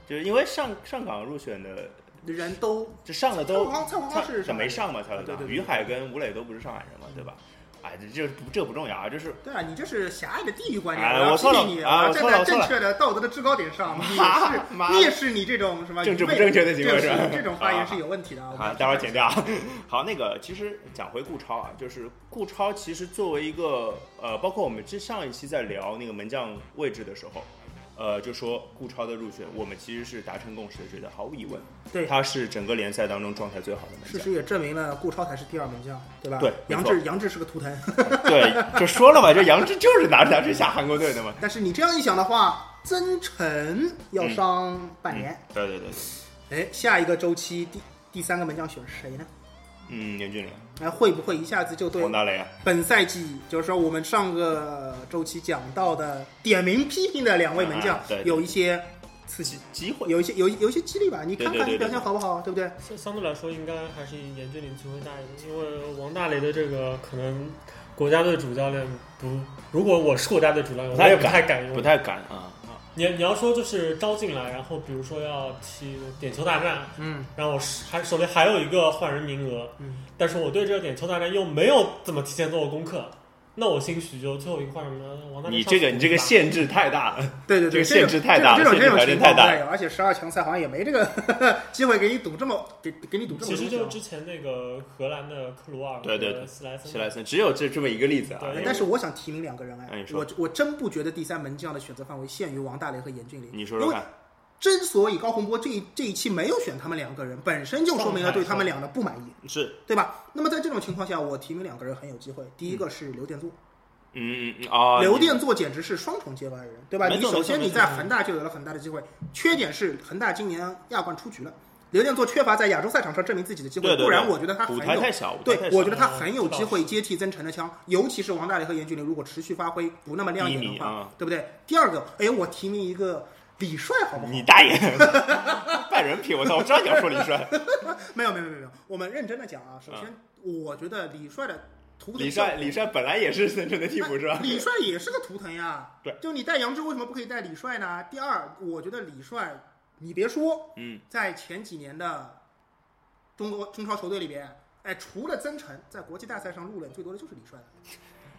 就是因为上上港入选的，
人都
就上的
蔡
都
文康，蔡文
他
康是什么
没？上嘛，蔡文
啊对对
刚、
对
于海跟吴磊都不是上海人嘛，对吧？哎，这这不这不重要啊，就是
对啊，你这是狭隘的地域观念。
哎
要
我
批
错了
评你
啊我
站
错了
在
我错
正
了
确的道德的制高 点上，你
妈
也
妈
是蔑视你这种什么
政治不
一味
正确的行为
这
是吧
这种发言是有问题的我们
啊，
要
待会儿
批
剪
判
掉啊。 好，那个其实讲回顾超啊，就是顾超其实作为一个呃，包括我们之上一期在聊那个门将位置的时候，呃，就说顾超的入选，我们其实是达成共识的，觉得毫无疑问，
对
他是整个联赛当中状态最好的
事
门
实也证明了顾超才是第二门将，对吧？
对没
杨
错
志杨志是个图腾。
将。 对，就说了嘛，这杨志就是拿着杨志下韩国队的嘛。
但是你这样一想的话，曾诚要
嗯
伤半年，
对对对对，
哎、下一个周期第第三个门将选谁呢？
嗯，严俊凌、
哎，会不会一下子就对
黄大雷啊，
本赛季，就是说我们上个周期讲到的点名批评的两位门将
啊，对对
有一些刺激，
机会。
有一些有一有一些激励吧。你看看
对
你
对对对
表现好不好，对不对？
相相对来说，应该还是严俊凌机会大一点，因为王大雷的这个可能国家队主教练不，如果我是国家队主教练，
不
我
太
也不
敢
太敢用。
不太敢啊，
你你要说就是招进来，然后比如说要踢点球大战，
嗯，
然后我是还手里还有一个换人名额，
嗯，
但是我对这个点球大战又没有怎么提前做过功课，那我兴许就最后一个换人名额，王大雷
你
上
这个
去
你这个
吧
限制太大了，
对对
这
对，
个限制太大了
这种这种
限制条件
这种情况
太
不
大
太有，而且十二强赛好像也没这个 机会给你赌这么给给你赌这么多
其实就是
球。
之前那个荷兰的克鲁尔
对对对
和斯莱森，
希莱森只有这这么一个例子啊
对，
哎但是我想提名两个人哎，
哎你说
我我真不觉得第三门将的选择范围限于王大雷和严俊凌。
你说
因
说
为
看，
之所以高洪波这一这一期没有选他们两个人，本身就说明了对他们俩的不满意，
是
对吧？那么在这种情况下，我提名两个人很有机会。第一个是刘殿座，
嗯嗯啊，
刘
你
殿座简直是双重接班人，对吧？
没
你
错
首先
没错嗯
你在恒大就有了很大的机会，缺点是恒大今年亚冠出局了，刘殿座缺乏在亚洲赛场上证明自己的机
对
会，
对对
不然我觉得他很
舞台太
有。
小，舞台
对
太，嗯小
我觉得他很有机会接替曾诚的枪，尤其是王大雷和严俊凌如果持续发挥不那么亮眼
低迷
的话
啊，
对不对？第二个，哎，我提名一个李帅，好不好？
你 大爷，半人品！我操，我知道你要说李帅，
没有没有没有没有，我们认真的讲啊。首先，我觉得李帅的图腾
嗯李帅，李帅本来也是深圳的替补是吧？
李帅也是个图腾呀。
对，
就你带杨志为什么不可以带李帅呢？第二，我觉得李帅，你别说，
嗯，
在前几年的中国中超球队里边，哎，除了曾诚，在国际大赛上露脸最多的就是李帅了。哎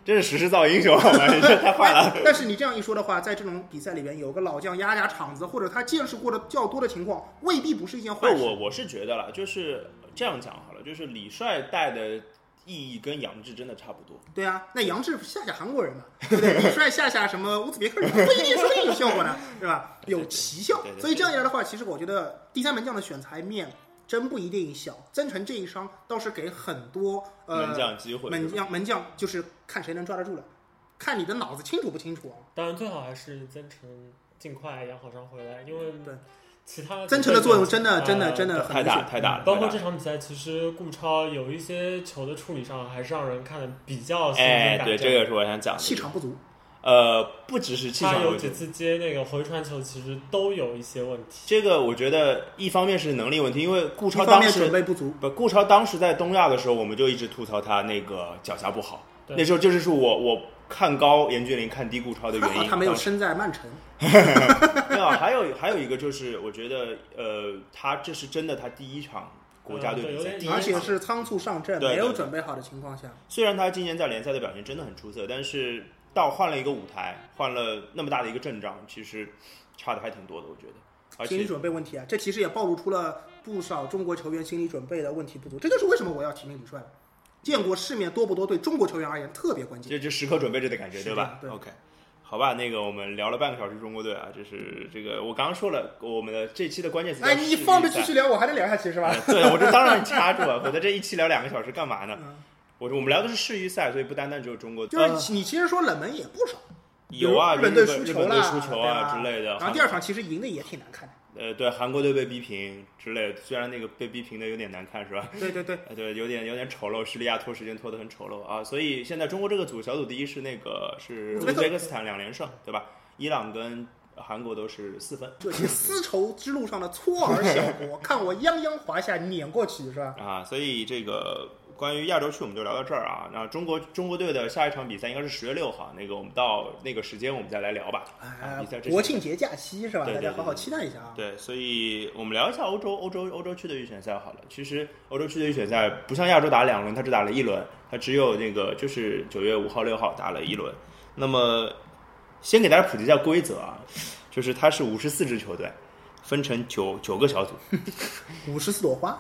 真是时势造英雄，好吗？这 太坏了。
但是你这样一说的话，在这种比赛里边，有个老将压压场子，或者他见识过的较多的情况，未必不是一件
不，
坏事。
我我是觉得啦，就是这样讲好了，就是李帅带的意义跟杨志真的差不多。
对啊，那杨志吓吓韩国人嘛，对不对？ 李帅吓吓什么乌兹别克人，不一定说不定有效果呢，对吧？有奇效
对对。对
所以这样一来的话，其实我觉得第三门将的选材面真不一定小。曾诚这一伤倒是给很多呃
门将机会，
门将门将就是看谁能抓得住了，看你的脑子清楚不清楚啊。
当然最好还是曾诚尽快养好伤回来，因为
对
其他
曾诚的作用真的
呃
真的真的很
太
明
大
显。
太大了，
包括
太
这
大了
场比赛，其实顾超有一些球的处理上还是让人看的比较心惊
哎，
胆
对，
战
这个是我想讲的
气场不足，
呃，不只是气
他
象
有
问
几
题，
次接那个回传球，其实都有一些问题。
这个我觉得一方面是能力问题，因为顾
一
超
方
当
面
时
准备不足，
不，顾超当时在东亚的时候，我们就一直吐槽他那个脚下不好。
对
那时候这就是我我看高严俊凌、看低顾超的
还
原
好
因。
他没有
当时
身在曼城，
没有，还有还有一个就是，我觉得呃，他这是真的，他第一场国家队
嗯对
比赛，
有点
第
遗憾
一
而且
场。
是仓促上阵，
对
没
对
有
对
准备好的情况下，
虽然他今年在联赛的表现真的很出色，但是到换了一个舞台，换了那么大的一个阵仗，其实差的还挺多的，我觉得。而
心理
且
准备问题啊，这其实也暴露出了不少中国球员心理准备的问题不足。这就是为什么我要提名李帅了，见过世面多不多，对中国球员而言特别关键。
这就时刻准备着的感觉，
是的
对吧
对
o k 好吧，那个我们聊了半个小时中国队啊，就是这个我刚刚说了，我们的这期的关键词叫
哎，
世
你
预
放着
赛
继续聊，我还能聊下去是吧？
呃对，我这当然掐住了，否则这一期聊两个小时干嘛呢？
嗯，
我说我们聊的是世预赛，所以不单单只有中国，呃
就是你其实说冷门也不少，
嗯有啊，
比
日
如日
本
队
日
球
本队
啦，
输球啊之
对吧
类的，
然后
韩
第二场其实赢的也挺难看的。
呃对韩国队被逼平之类的，虽然那个被逼平的有点难看是吧？
对对对，
呃对，有点有点丑陋，叙利亚拖时间拖得很丑陋啊，所以现在中国这个组小组第一是那个是
乌
乌
兹别克
兹别克斯坦两连胜，对吧？伊朗跟韩国都是四分
这些丝绸之路上的搓儿小国，看我泱泱华夏撵过去是吧？
啊，所以这个关于亚洲区我们就聊到这儿啊。那中国中国队的下一场比赛应该是十月六号，那个我们到那个时间我们再来聊吧。
哎
啊比赛，之前
国庆节假期是吧？
对
大
对
家好好
对对
期待一下啊！
对，所以我们聊一下欧洲欧洲欧洲区的预选赛好了。其实欧洲区的预选赛不像亚洲打两轮，它只打了一轮，它只有那个就是九月五号六号打了一轮。那么先给大家普及一下规则啊，就是它是五十四支球队，分成九九个 小组，
五十四 朵花，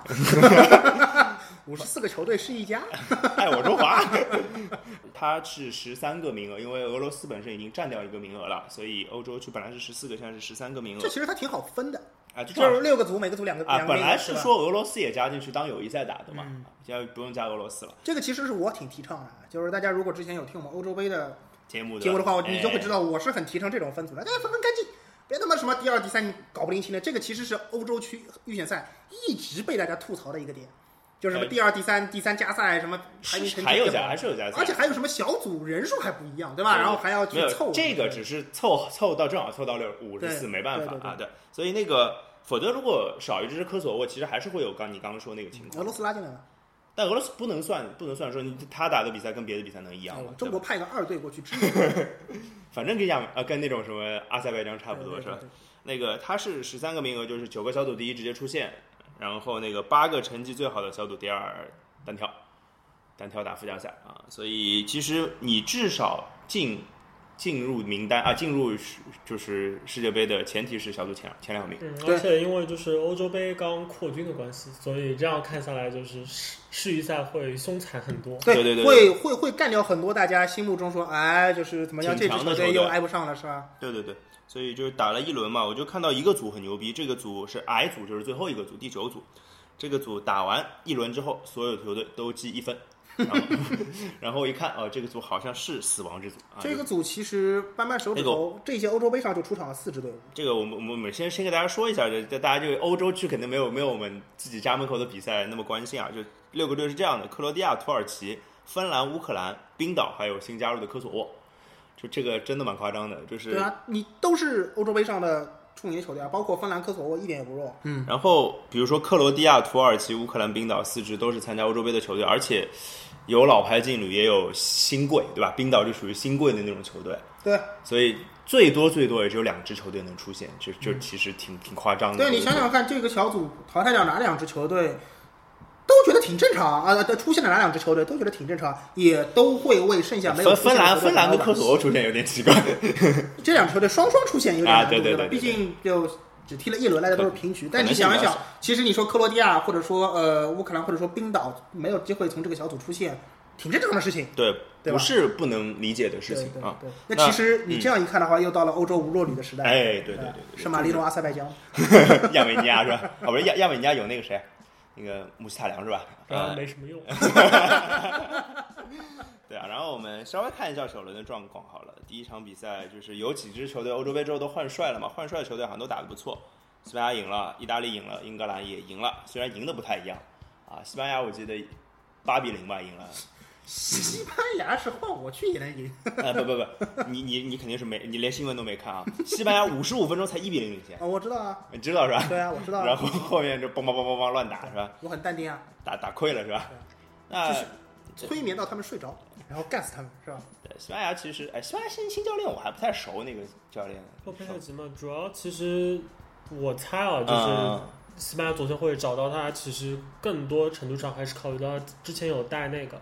五十四个球队是一家，
爱哎我中华。 它是十三个名额，因为俄罗斯本身已经占掉一个名额了，所以欧洲区本来是十四个，现在是十三个名额
这其实它挺好分的，
啊，就正好
就是六个组，每个组两个
嗯啊
两，个
本
名额
来
是
是
吧嗯
说俄罗斯也加进去当友谊赛打的嘛，现在不用加俄罗斯了。
这个其实是我挺提倡的，啊就是大家如果之前有听我们欧洲杯的
节目哎
节目的话，你就会知
道、
道我是很提倡这种分组的，大家分分干净，别他妈什么第二、第三你搞不拎清的。这个其实是欧洲区预选赛一直被大家吐槽的一个点，就是什么
呃
第二、第三、第三加赛什么排名
是
成绩
还有
更
加，还是有加赛，
而且还有什么小组人数还不一样，对吧？然后还要去
没有
凑
这个，只是凑凑到正好凑到六五十四，
对
没办法
对对
啊，对，所以那个。否则，如果少一支科索沃，其实还是会有刚你刚刚说那个情
俄
况。
罗斯拉进来了，
但俄罗斯不能算，不能算说你他打的比赛跟别的比赛能一样
哎
吗？
中
对
国
吧
派个二队过去支援，
反正跟亚美呃跟那种什么阿塞拜疆差不多
对
是吧？？
对对
那个它是十三个名额，就是九个小组第一直接出线，然后那个八个成绩最好的小组第二单挑，单挑打附加赛啊。所以其实你至少进进入名单啊，进入世就是世界杯的前提是小组前前两名。
嗯，
对
而且因为就是欧洲杯刚扩军的关系，所以这样看下来就是世世预赛会凶残很多。
对
对对对
会会会干掉很多大家心目中说，哎，就是怎么样，这
挺
支
强的
球队
球队
又挨不上了，是吧？
对对对，所以就是打了一轮嘛，我就看到一个组很牛逼，这个组是 I 组，就是最后一个组第九组。这个组打完一轮之后，所有球队都积一分， 然后然后一看，哦、这个组好像是死亡之组啊，
这个组其实扳扳手指头，这届欧洲杯上就出场了四支队伍，
这个我们我们我们先先给大家说一下，就就大家就欧洲区肯定没有没有我们自己家门口的比赛那么关心啊。就六个队是这样的：克罗地亚、土耳其、芬兰、乌克兰、冰岛，还有新加入的科索沃。就这个真的蛮夸张的，就是
对啊，你都是欧洲杯上的著名球队啊，包括芬兰、科索沃一点也不弱。嗯，
然后比如说克罗地亚、土耳其、乌克兰、冰岛四支都是参加欧洲杯的球队，而且有老牌劲旅，也有新贵，对吧？冰岛就属于新贵的那种球队，
对，
所以最多最多也只有两支球队能出现，就就
嗯
其实挺挺夸张的。
对你想想看，这个小组淘汰掉哪两支球队，都觉得挺正常啊，呃出现了哪两支球队都觉得挺正常，也都会为剩下没有
芬
出
芬
现的
兰
球队
芬兰跟
感到
科
惋惜
索沃出现有点奇 怪，
这两支球队双双出现有点难
啊
度，
对对
吧？
对
毕
对
竟就只踢了一轮，大家都是平局。
可
但你想一
可能
想
性比，
其实你说克罗地亚或者说呃乌克兰或者说冰岛没有机会从这个小组出现，挺正常的事情。
对，
对吧
不是不能理解的事
对
情
对
啊。
对，
那
那其实你这样一看的话，又到了欧洲无弱旅的时代。
哎，对对对
呃
对，
圣马力诺、阿塞拜疆，
对， 亚美尼亚是 吧？啊，不是亚亚美尼亚有那个谁，那个穆斯塔良是吧？
然后
呃
没什 么用。
对啊，然后我们稍微看一下首轮的状况好了。第一场比赛就是有几支球队欧洲杯之后都换帅了嘛，换帅的球队好像都打得不错。西班牙赢了，意大利赢了，英格兰也赢了，虽然赢得不太一样啊。西班牙我记得八比零吧赢了，
西班牙是换我去也能赢，
啊不不不，你你你肯定是没，你连新闻都没看啊！西班牙五十五分钟才一比零领先
啊，，我知道啊，
你知道是吧？
对啊，我知道
然
啊，
后后面就梆梆梆梆梆乱打是吧？
我很淡定啊，
打打亏了是吧？那
就是催眠到他们睡着，然后干死他们，是吧？
对西班牙其实，哎，西班牙新新教练我还不太熟，那个教练
洛佩特吉嘛，主要其实我猜啊，就是
嗯
西班牙足球会找到他，其实更多程度上还是考虑到他之前有带那个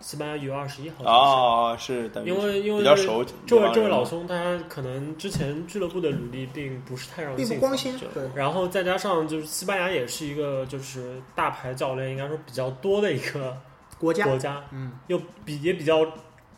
西班牙 U 二十一好像是。
哦，是等于
因为因为
比较熟
这
帮
位
人
这位老兄，他可能之前俱乐部的履历并不是太让人
并不
信服
光鲜，
哦就
对，
然后再加上就是西班牙也是一个就是大牌教练应该说比较多的一个
国家，
国家，
嗯，
又比也比较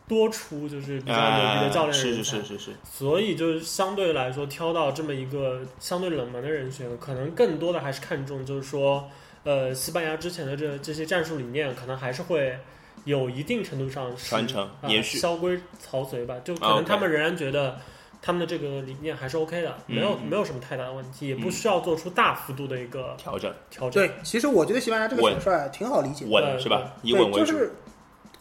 多出就是比较牛逼的教练人才，
啊是是是是是，
所以就是相对来说挑到这么一个相对冷门的人选，可能更多的还是看重就是说，呃，西班牙之前的这这些战术理念，可能还是会有一定程度上是
传承
呃
延续
萧规曹随吧，就可
啊
能
，OK
他们仍然觉得。他们的这个理念还是 OK 的，没有
嗯嗯
没有什么太大的问题，也不
嗯
需要做出大幅度的一个
调整
调整。
对，其实我觉得西班牙这个
稳
选帅挺好理解的，
稳是吧？以稳
对，
为
就
主，
是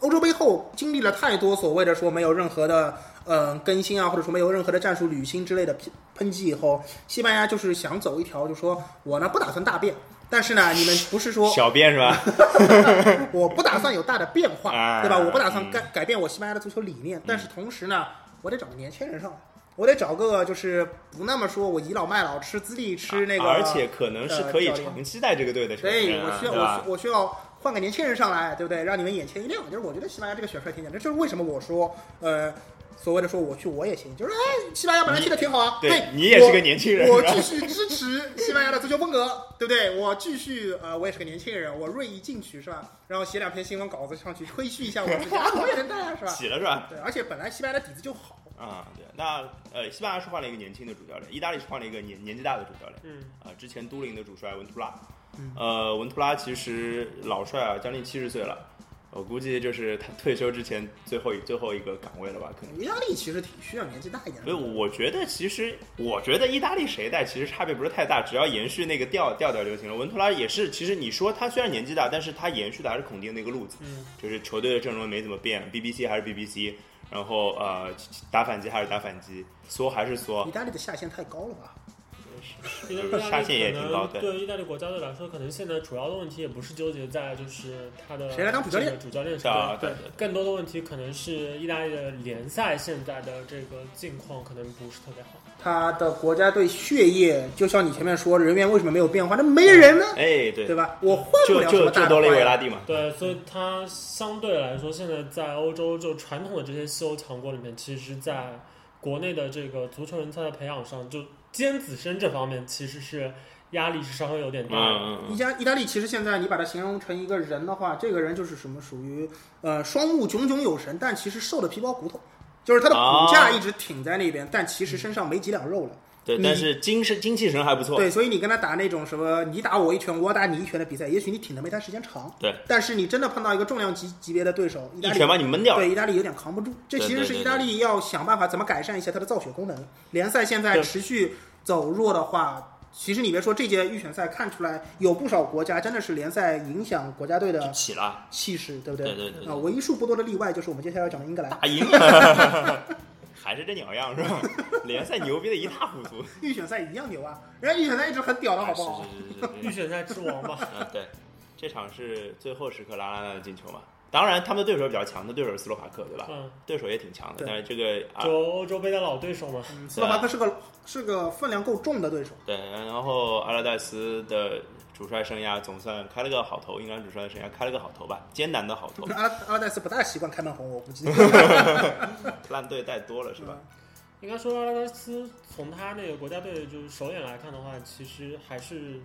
欧洲杯后经历了太多所谓的说没有任何的嗯更新啊，或者说没有任何的战术履新之类的批抨击以后，西班牙就是想走一条，就说我呢不打算大变，但是呢你们不是说
小便是吧？
我不打算有大的变化，
哎
对吧？我不打算
嗯
改改变我西班牙的足球理念，但是同时呢，我得找个年轻人上来。我得找个就是不那么说我倚老卖老吃资历吃那个，
啊而且可能是可以
呃教练
长期带这个队的球
对，
员
我
啊，
需要
对吧
我？需我需要换个年轻人上来，对不对？让你们眼前一亮。就是我觉得西班牙这个选帅挺简单，这就是为什么我说呃，所谓的说我去我也行，就是哎，西班牙本来踢的挺好啊，
对
哎
你也是个年轻人
我
是吧
我继续支持西班牙的足球风格，对不对？我继续呃，我也是个年轻人，我锐意进取是吧？然后写两篇新闻稿子上去吹嘘一下我自己，啊我也能带啊 是吧？
洗了是吧？
对，而且本来西班牙的底子就好，
啊，对，那呃，西班牙是换了一个年轻的主教练，意大利是换了一个年年纪大的主教练。
嗯，
啊，之前都灵的主帅文图拉，呃，文图拉其实老帅啊，将近七十岁了，我估计就是他退休之前最后一最后一个岗位了吧，可能。
意大利其实挺需要年纪大一点
所以
的。
我觉得，其实我觉得意大利谁带其实差别不是太大，只要延续那个调调调就行了。文图拉也是，其实你说他虽然年纪大，但是他延续的还是孔蒂那个路子，
嗯
就是球队的阵容没怎么变，BBC 还是 BBC，然后呃打反击还是打反击，缩还是缩
意，大利的下限太高了吧？
意大利
下限也挺高
可能
对
对意大利国家队来说，可能现在主要的问题也不是纠结在就是他的
谁来当主教练
这个主教练
是吧
上，对，更多的问题可能是意大利的联赛现在的这个境况可能不是特别好。
他的国家队血液，就像你前面说，人员为什么没有变化？那没人呢，
哎，对
对吧？我换不
就
了什
就就
么大
多
的
雷维
花
拉
样。
蒂嘛，
对，所以它相对来说，现在在欧洲就传统的这些西欧强国里面，其实在国内的这个足球人才的培养上，就尖子生这方面其实是压力是稍微有点
嗯
大的。
嗯
意
嗯，
家意大利其实现在你把它形容成一个人的话，这个人就是什么属于呃双目炯炯有神，但其实瘦的皮包骨头，就是他的骨架
啊
一直挺在那边，但其实身上没几两肉了。
对，
你
但是精神精气神还不错，
对，所以你跟他打那种什么你打我一拳，我打你一拳的比赛，也许你挺的没他时间长，
对，
但是你真的碰到一个重量级级别的对手，意
一
大利
拳把你闷掉了，
对，意大利有点扛不住。这
对
其实
对
是
对
意大利要想办法怎么改善一下它的造血功能。联赛现在
对
持续走弱的话，其实你别说这届预选赛，看出来有不少国家真的是联赛影响国家队
就
的
起了，
气势，对不
对
对
对对
啊，为数不多的例外就是我们接下来要讲的英格兰。
打赢， 还是这鸟样是吧？ 联赛牛逼的一塌糊涂，
预选赛一样牛啊，人家预选赛一直很屌的好不好？
是是是
预
是是，
选赛之 王吧，
嗯对，这场是最后时刻拉拉纳的进球嘛，当然他们的对手比较强，他对手是斯洛伐克对吧？
嗯，
对手也挺强的，
对
但是这个啊
就。欧洲杯的老对手嘛。
嗯斯洛伐克是个是个分量够重的对手，
对，然后阿拉戴斯的主帅生涯总算开了个好头，英格兰主帅的生涯开了个好头吧，艰难的好 头，
阿拉阿拉戴斯不大习惯开门红，我估计。
烂队带多了是吧？
应该说阿拉达斯从他那个国家队就是首演来看的话，其实还是，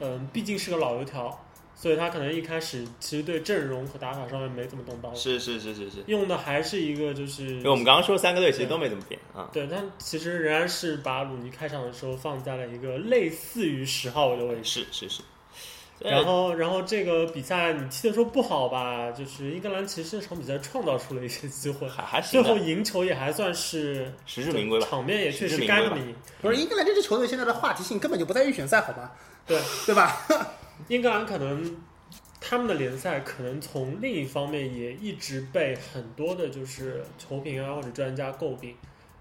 嗯，毕竟是个老油条，所以他可能一开始其实对阵容和打法上面没怎么动刀，
是是是是是，
用的还是一个就是
因为我们刚刚说三个队其实都没怎么变啊。
对，但其实仍然是把鲁尼开场的时候放在了一个类似于十号位的位置。
是是是，对
然后，然后这个比赛你踢的说不好吧，就是英格兰其实这场比赛创造出了一些机会，
还还行
最后
的，
赢球也还算是
实至名归吧。
场面也确
实
实
至名
该
归
这么
吧
赢。
不是英格兰这支球队现在的话题性根本就不在预选赛，好吧？
对，
对吧？
英格兰可能他们的联赛可能从另一方面也一直被很多的就是球评啊或者专家诟病，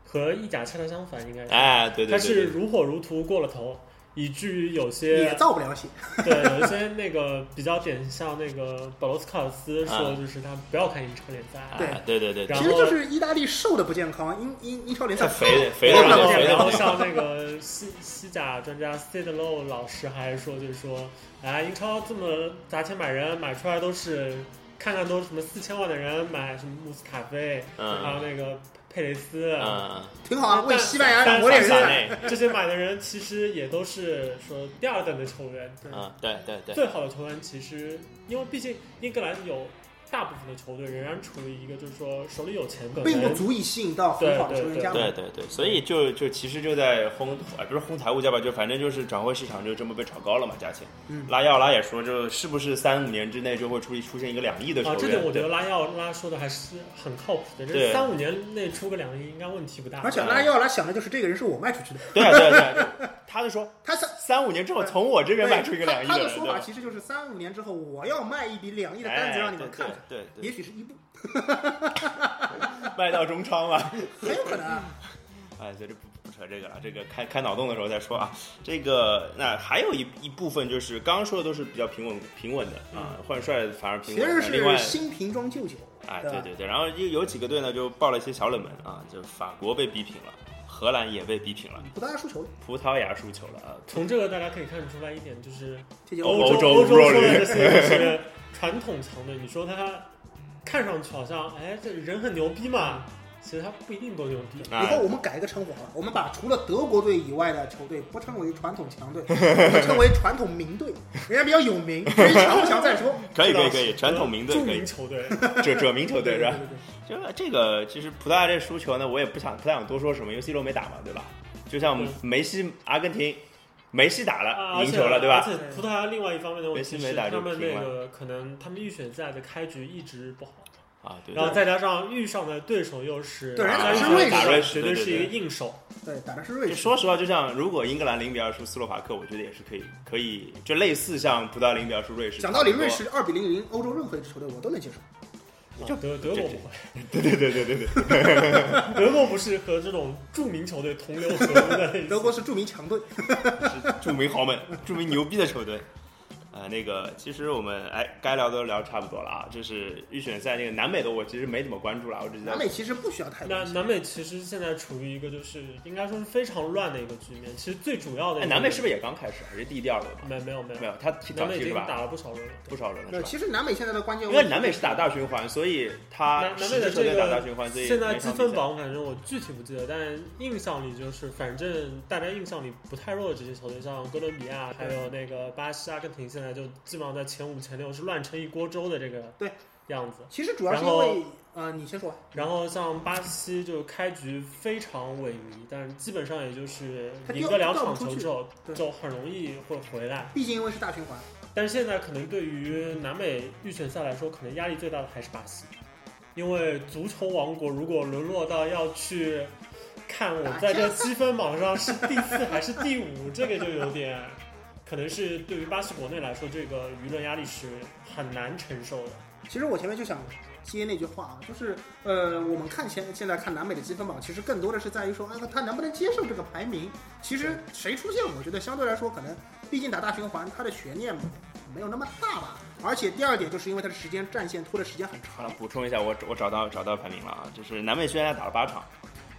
和意甲恰恰相反，应该是
哎，对对对，
他是
对
如火如荼过了头，以至于有
也
些
造不了血。
对有一些那个比较点像那个保罗斯考尔斯说，
啊
就是他不要看英超联赛，
对哎对对对对，
然
其实
后
就是意大利瘦的不健康，英英英超联赛
太肥了肥
胖
了
了
肥
然
了
后像那个西西甲专家 Sid Low 老师还说，就是说，哎，英超这么砸钱买人，买出来都是看看都是什么四千万的人买什么穆斯塔菲，还有
嗯
那个佩雷斯，
嗯，
挺好啊，为
但
西班牙
但
两国联
萨
萨
赛。
内，
这些买的人其实也都是说第二等的球员，对
嗯，对对对，
最好的球员其实，因为毕竟英格兰有大部分的球队仍然处于一个就是说手里有钱可
并不
能
足以吸引到很好的球员加盟
对。对对，所以就就其实就在轰，哎，不是轰财务价吧，就反正就是转会市场就这么被炒高了嘛，价钱。
嗯
拉亚拉也说，就是不是三五年之内就会出出现一个两亿的球
啊
员？，
这点我觉
对
得拉要拉说的还是很靠谱的。这
对
三五年内出个两亿，应该问题不大。
而且拉伊奥拉想的就是这个人是我卖出去的，
对啊对啊对啊，他就说
他三
三五年之后从我这边卖出一个两亿
他
的
的
人，
说
对
法
吧？
其实就是三五年之后我要卖一笔两亿的单子让你们看看，
哎，对对
也
对
许是一部，
对，卖到中超嘛。
很有可能啊。
哎，所以这不不扯这个了，这个开开脑洞的时候再说啊。这个那还有一一部分就是刚刚说的都是比较平稳平稳的啊，换帅反而平
嗯其
稳。
实
那另外
是新瓶装旧酒，
哎，
对
对
吧
对对，然后有有几个队呢就爆了一些小冷门啊，就法国被逼平了，荷兰也被逼平了，
葡萄牙输球了，
葡萄牙输球了啊。
从这个大家可以看出来一点，就是
这就
欧
洲
洲
欧
欧洲
说的
弱旅
这些 就是传统强队。你说他看上去好像哎这人很牛逼嘛，其实他不一定多牛逼。
以后
啊，
我们改一个称呼好了，我们把除了德国队以外的球队不称为传统强队，我们称为传统名队，人家比较有名，人家强不强再说。
可以
这倒
可
是
以可以，传统名队
著
可以
名，球队，
这这名球队是吧？
对对
这个这个其实葡萄牙这输球呢，我也不想不太想多说什么，因为 C 罗没打嘛，对吧？就像
嗯
对
梅西阿根廷，梅西打
啊
了
而
赢
且
球了，对
而
吧？
且葡萄牙另外一方面的问
梅
题
西
是，
没打
他
就
们
平
那
了
个可能他们预选赛的开局一直不好，
啊，对
然后
对
再加上遇上的对手又是
对人
家
是
是瑞士
绝
对
对
对
是一
对
个硬手。
对，对打的是
对，
瑞
就
士，
说实话，就像如果英格兰零比二输斯洛伐克，我觉得也是可以，可以就类似像葡萄牙零比二输瑞士。
讲道理，瑞士二比零赢欧洲任何一支球队，我都能接受。
就啊德德国
这
不会，
对对对对对对，
德国不是和这种著名球队同流合污的 类型。
德国是著名强队，
是著名豪门，著名牛逼的球队。呃，那个，其实我们哎，该聊都聊差不多了啊。就是预选赛那个南美的，我其实没怎么关注了，我只知道
南美其实不需要太多。
那南美其实现在处于一个就是应该说是非常乱的一个局面。其实最主要的一
哎，
个
南美是不是也刚开始？还是第第二轮吧？
没没有没有
没有，他踢
南
早
美已
期是
经
吧？
打了不少轮了。
不少人了
那
是吧？
其实南美现在的关键
因
问
为
题，
南美是打大循环，所以他
南南美
啊十
的
支
这
球队打大循
个
环，所以
现在
每
积
场
分
比赛
榜，反正我具体不记得，但印象里就是，反正大家印象里不太弱的这些球队，像哥伦比亚，还有那个巴西、阿根廷，现在就基本上在前五、前六是乱成一锅粥的这个
对
样子。
其实主要是因为呃，你先说吧。
然后像巴西就开局非常萎靡，但是基本上也就是
他
赢
掉
个两
掉不
场
出
球
去
之后
对
就很容易会回来。
毕竟因为是大循环，
但是现在可能对于南美预选赛来说，可能压力最大的还是巴西，因为足球王国如果沦落到要去看我在这积分榜上是第四还是第五，这个就有点，可能是对于巴西国内来说，这个舆论压力是很难承受的。
其实我前面就想接那句话啊，就是呃，我们看现现在看南美的积分榜，其实更多的是在于说，哎，他能不能接受这个排名。其实谁出现，我觉得相对来说可能，毕竟打大循环，它的悬念没有那么大吧。而且第二点就是因为它的时间战线拖的时间很
好
长
了，，补充一下，我我找到找到排名了啊，就是南美虽然打了八场，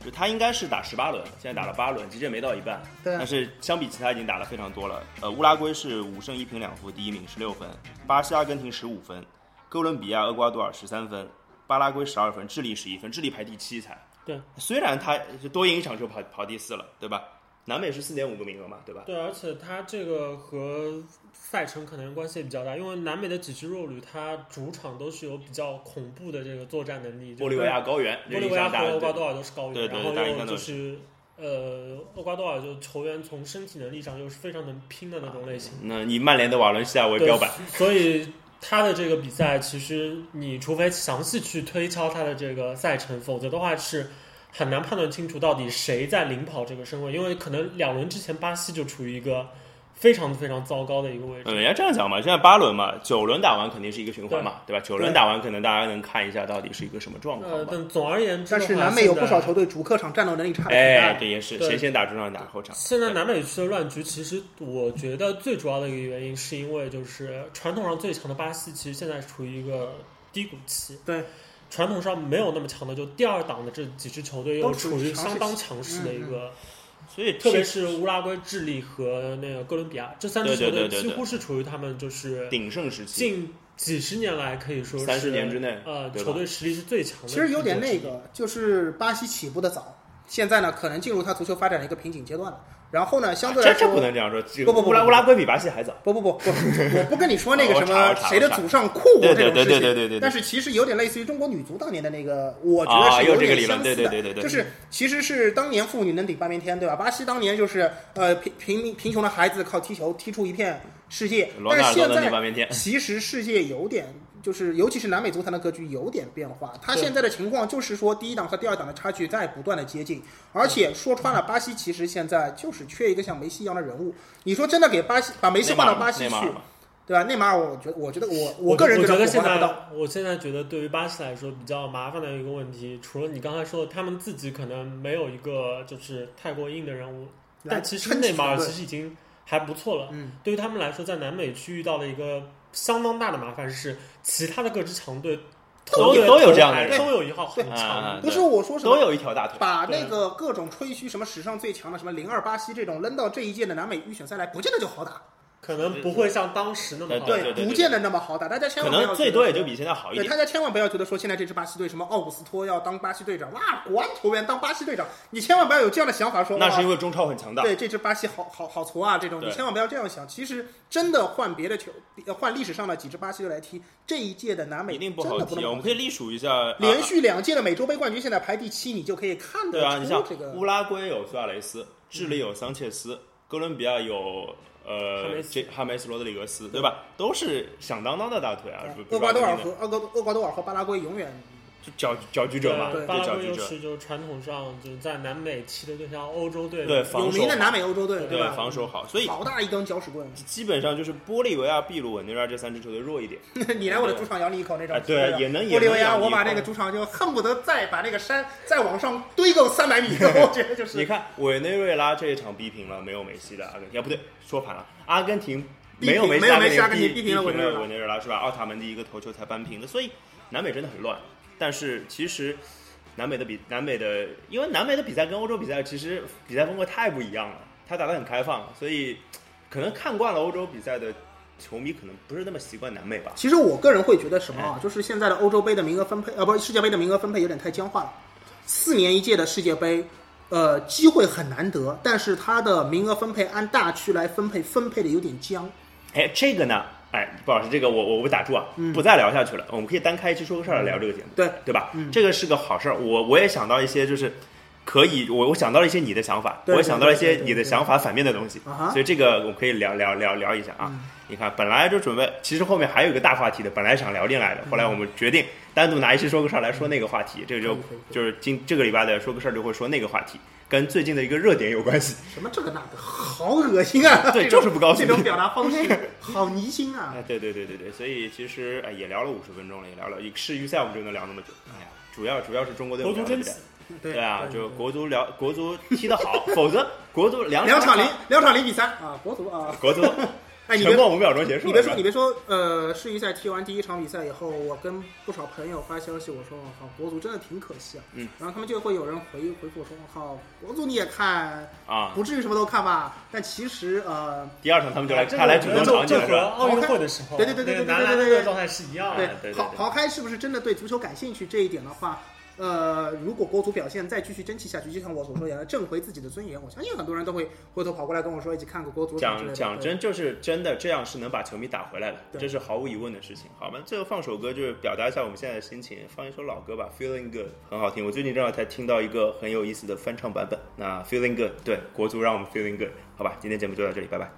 就他应该是打十八轮，现在打了八轮，其实也没到一半，
对啊
但，是相比其他已经打了非常多了。呃，乌拉圭是五胜一平两负，第一名十六分；巴西、阿根廷十五分；哥伦比亚、厄瓜多尔十三分；巴拉圭十二分；智利十一分，智利排第七才。
对，
虽然他就多赢一场就跑跑第四了，对吧？南美是四点五个名额嘛，对吧？
对，而且它这个和赛程可能关系也比较大，因为南美的几支弱旅，它主场都是有比较恐怖的这个作战能力。
玻利维亚、高原，
玻利维亚和
打
厄瓜多尔都是高
对
原，
对
然
对大家印
后又
象都
就是呃，厄瓜多尔就球员从身体能力上又是非常能拼的那种类型，
那以曼联的瓦伦西亚为
对
标板，，
所以。他的这个比赛，其实你除非详细去推敲他的这个赛程，否则的话是很难判断清楚到底谁在领跑这个身位，因为可能两轮之前巴西就处于一个非常非常糟糕的一个位置。
嗯，人家这样讲嘛，现在八轮嘛，九轮打完肯定是一个循环嘛，对吧？九轮
对
打完，可能大家能看一下到底是一个什么状况
呃，
吧。
但总而言之
但
的话，
是南美有不少
现在
球队主客场战斗能力差的很
哎，
大。
这也是
对
谁先打中场打后场。
现在南美区的乱局，其实我觉得最主要的一个原因，是因为就是传统上最强的巴西，其实现在处于一个低谷期。
对，
传统上没有那么强的，就第二档的这几支球队又
都处
处
于嗯
于
强势
相当强势的一个，
所以
特别是乌拉圭、智利和那个哥伦比亚这三支球
对对对
队，
对
几
对
乎是处于他们就是
鼎盛时期，
近几十年来可以说是
三十年之内，
呃
对吧
球队实力是最强的。
其实有点那，个，就是巴西起步的早，现在呢可能进入他足球发展的一个瓶颈阶段了。然后呢，相对
这
来
这
说，
不能这样说。这个
不不不不
乌拉乌拉圭比巴西还早。
不不 不不，我不跟你说那个
我
什
查
么
我查
谁的
我查
祖上酷我
对
这
对
种
对
事
对
情，
对对对。
但
对
是其实有点类似于中国女足当年的那个，我觉
啊，
得是
又
有
这个
点
理论，
相
对
似
对
的。
对对对。
就是其实是当年妇女能顶半边天，对吧？巴西当年就是呃贫贫民贫穷的孩子靠踢球踢出一片世界，
罗
但
纳
是
尔多
现
能顶
在
半边天，
其实世界有点。就是，尤其是南美足坛的格局有点变化。他
对
现在的情况就是说，第一档和第二档的差距在不断的接近，而且说穿了，巴西其实现在就是缺一个像梅西一样的人物。你说真的给巴西把梅西
内
换
马
到
尔
巴西
内
去
马，尔嘛，
对吧？内马尔，我觉得，我觉得我
我
个人
我
觉
觉
得我
得现
还不到。
在，我现在觉得对于巴西来说比较麻烦的一个问题，除了你刚才说的，他们自己可能没有一个就是太过硬的人物，但其实内马尔其实已经还不错了。
嗯，
对于他们来说，在南美区遇到了一个相当大的麻烦是，其他的各支强队
都
头
有都有这样的
头牌
人
都有一号很
对
强
啊
的。
不是我说什
都
么，
有一条大腿。
把那个各种吹嘘什么史上最强的什么零二巴西这种扔到这一届的南美预选赛来，不见得就好打，
可能不会像当时那么好。
对对对
不见得那么好打。大家千
可
万不要
能最多也就比现在好一
对，
点。
大家千万不要觉得说现在这支巴西队什么奥古斯托要当巴西队长，哇，国安球员当巴西队长，你千万不要有这样的想法说，
那是因
哇
为中超很强大。
对这支巴西好好好挫啊这种，
对
你千万不要这样想。其实真的换别的球，呃换历史上的几支巴西队来踢，这一届的南美
一定
真
好
的不
踢。我
能
们可以隶属一下
连
啊
续两届的美洲杯冠军，现在排第七，你就可以看得
对啊，你像
出这个。
乌拉圭有苏亚雷斯，智利有桑切斯，哥伦比亚有
哈
呃
梅斯
这哈梅斯罗德里格斯，对吧？都是响当当的大腿啊，是不是
厄瓜多尔
不
和
是
厄瓜厄瓜多尔和巴拉圭永远
就搅搅局者嘛，
对
对
巴拉
搅
圭
局
又
者，
是就传统上就是在南美踢的对像欧洲队
对
有
防守
名的南美欧洲队，
对
吧？
防守好，所以
好大一根搅屎棍，
基本上就是玻利维亚、秘鲁、委内瑞拉这三支球队弱一点。
你来我的主场咬你一口那种
哎。对
吧
也能也
玻利维
能咬
亚，
你一口
我把那个主场就恨不得再把那个山再往上堆够三百米， 我觉得就
你
是。
看委内瑞拉这一场逼平了没有梅西的阿根廷，啊不对，说反了，阿根廷没有梅
没有梅西
阿
阿根廷
逼
逼平了
委
委内瑞拉
内瑞拉是吧？奥塔门迪一个头球才扳平的，所以南美真的很乱。但是其实南美的比南美的，因为南美的比赛跟欧洲比赛其实比赛风格太不一样了，它打得很开放，所以可能看惯了欧洲比赛的球迷可能不是那么习惯南美吧。
其实我个人会觉得什么啊，
哎
就是现在的欧洲杯的名额分配，呃，不是世界杯的名额分配有点太僵化了。四年一届的世界杯，呃，机会很难得，但是它的名额分配按大区来分配，分配的有点僵。
哎，这个呢，哎，鲍老师，这个我我我打住啊，不再聊下去了，我们可以单开一期说个事儿来聊这个节目。
对，
对吧？
嗯
这个是个好事儿。我我也想到一些，就是可以，我我想到了一些你的想法，
对
我也想到了一
对
些
对对
你的想法反面的东西
啊，哈嗯
所以这个我们可以聊聊聊聊一下啊。你看，本来就准备，其实后面还有一个大话题的，本来想聊恋爱的，后来我们决定单独拿一期说个事儿来说那个话题，这个就
嗯可以可以可以
就是今这个礼拜的说个事儿就会说那个话题，跟最近的一个热点有关系。
什么这个那个，好恶心啊！
对
这种
就是不高兴
这种表达 方式，好泥心啊
哎！，对对对对对，所以其实哎也聊了五十分钟了，也聊了世预赛我们就能聊那么久，哎呀，主要主要是中国队
国足
我们聊
争
得
气
比较。
对
对啊，就国足聊 国足踢得 好，否则国足两
两场
零
零，两场零比三啊，国足啊！
国足
哎，你别
沉默五秒钟结束了。
你别说，
是吧
你别说，呃，世预赛踢完第一场比赛以后，我跟不少朋友发消息，我说我靠，国足真的挺可惜啊。
嗯。
然后他们就会有人回回复我说，我靠，国足你也看，
啊，
不至于什么都看吧？但其实呃，
第二场他们就来，
哎这
他来主
个
动场
我觉得
你
就
了
就
是
和
吧？
奥运会的时候，
对对对对对对对
男篮那个状态是一样
对
的。
啊对对
刨刨开是不是真的对足球感兴趣这一点的话，呃，如果国足表现再继续争气下去，就像我所说一样，挣回自己的尊严，我相信很多人都会回头跑过来跟我说，一起看个国足场之类
讲
的。
讲
对
真，就是真的这样是能把球迷打回来的，
对
这是毫无疑问的事情。好吧，最后放首歌就是表达一下我们现在的心情，放一首老歌吧，《Feeling Good》很好听。我最近正好才听到一个很有意思的翻唱版本，那《Feeling Good》对国足让我们 Feeling Good，好吧，今天节目就到这里，拜拜。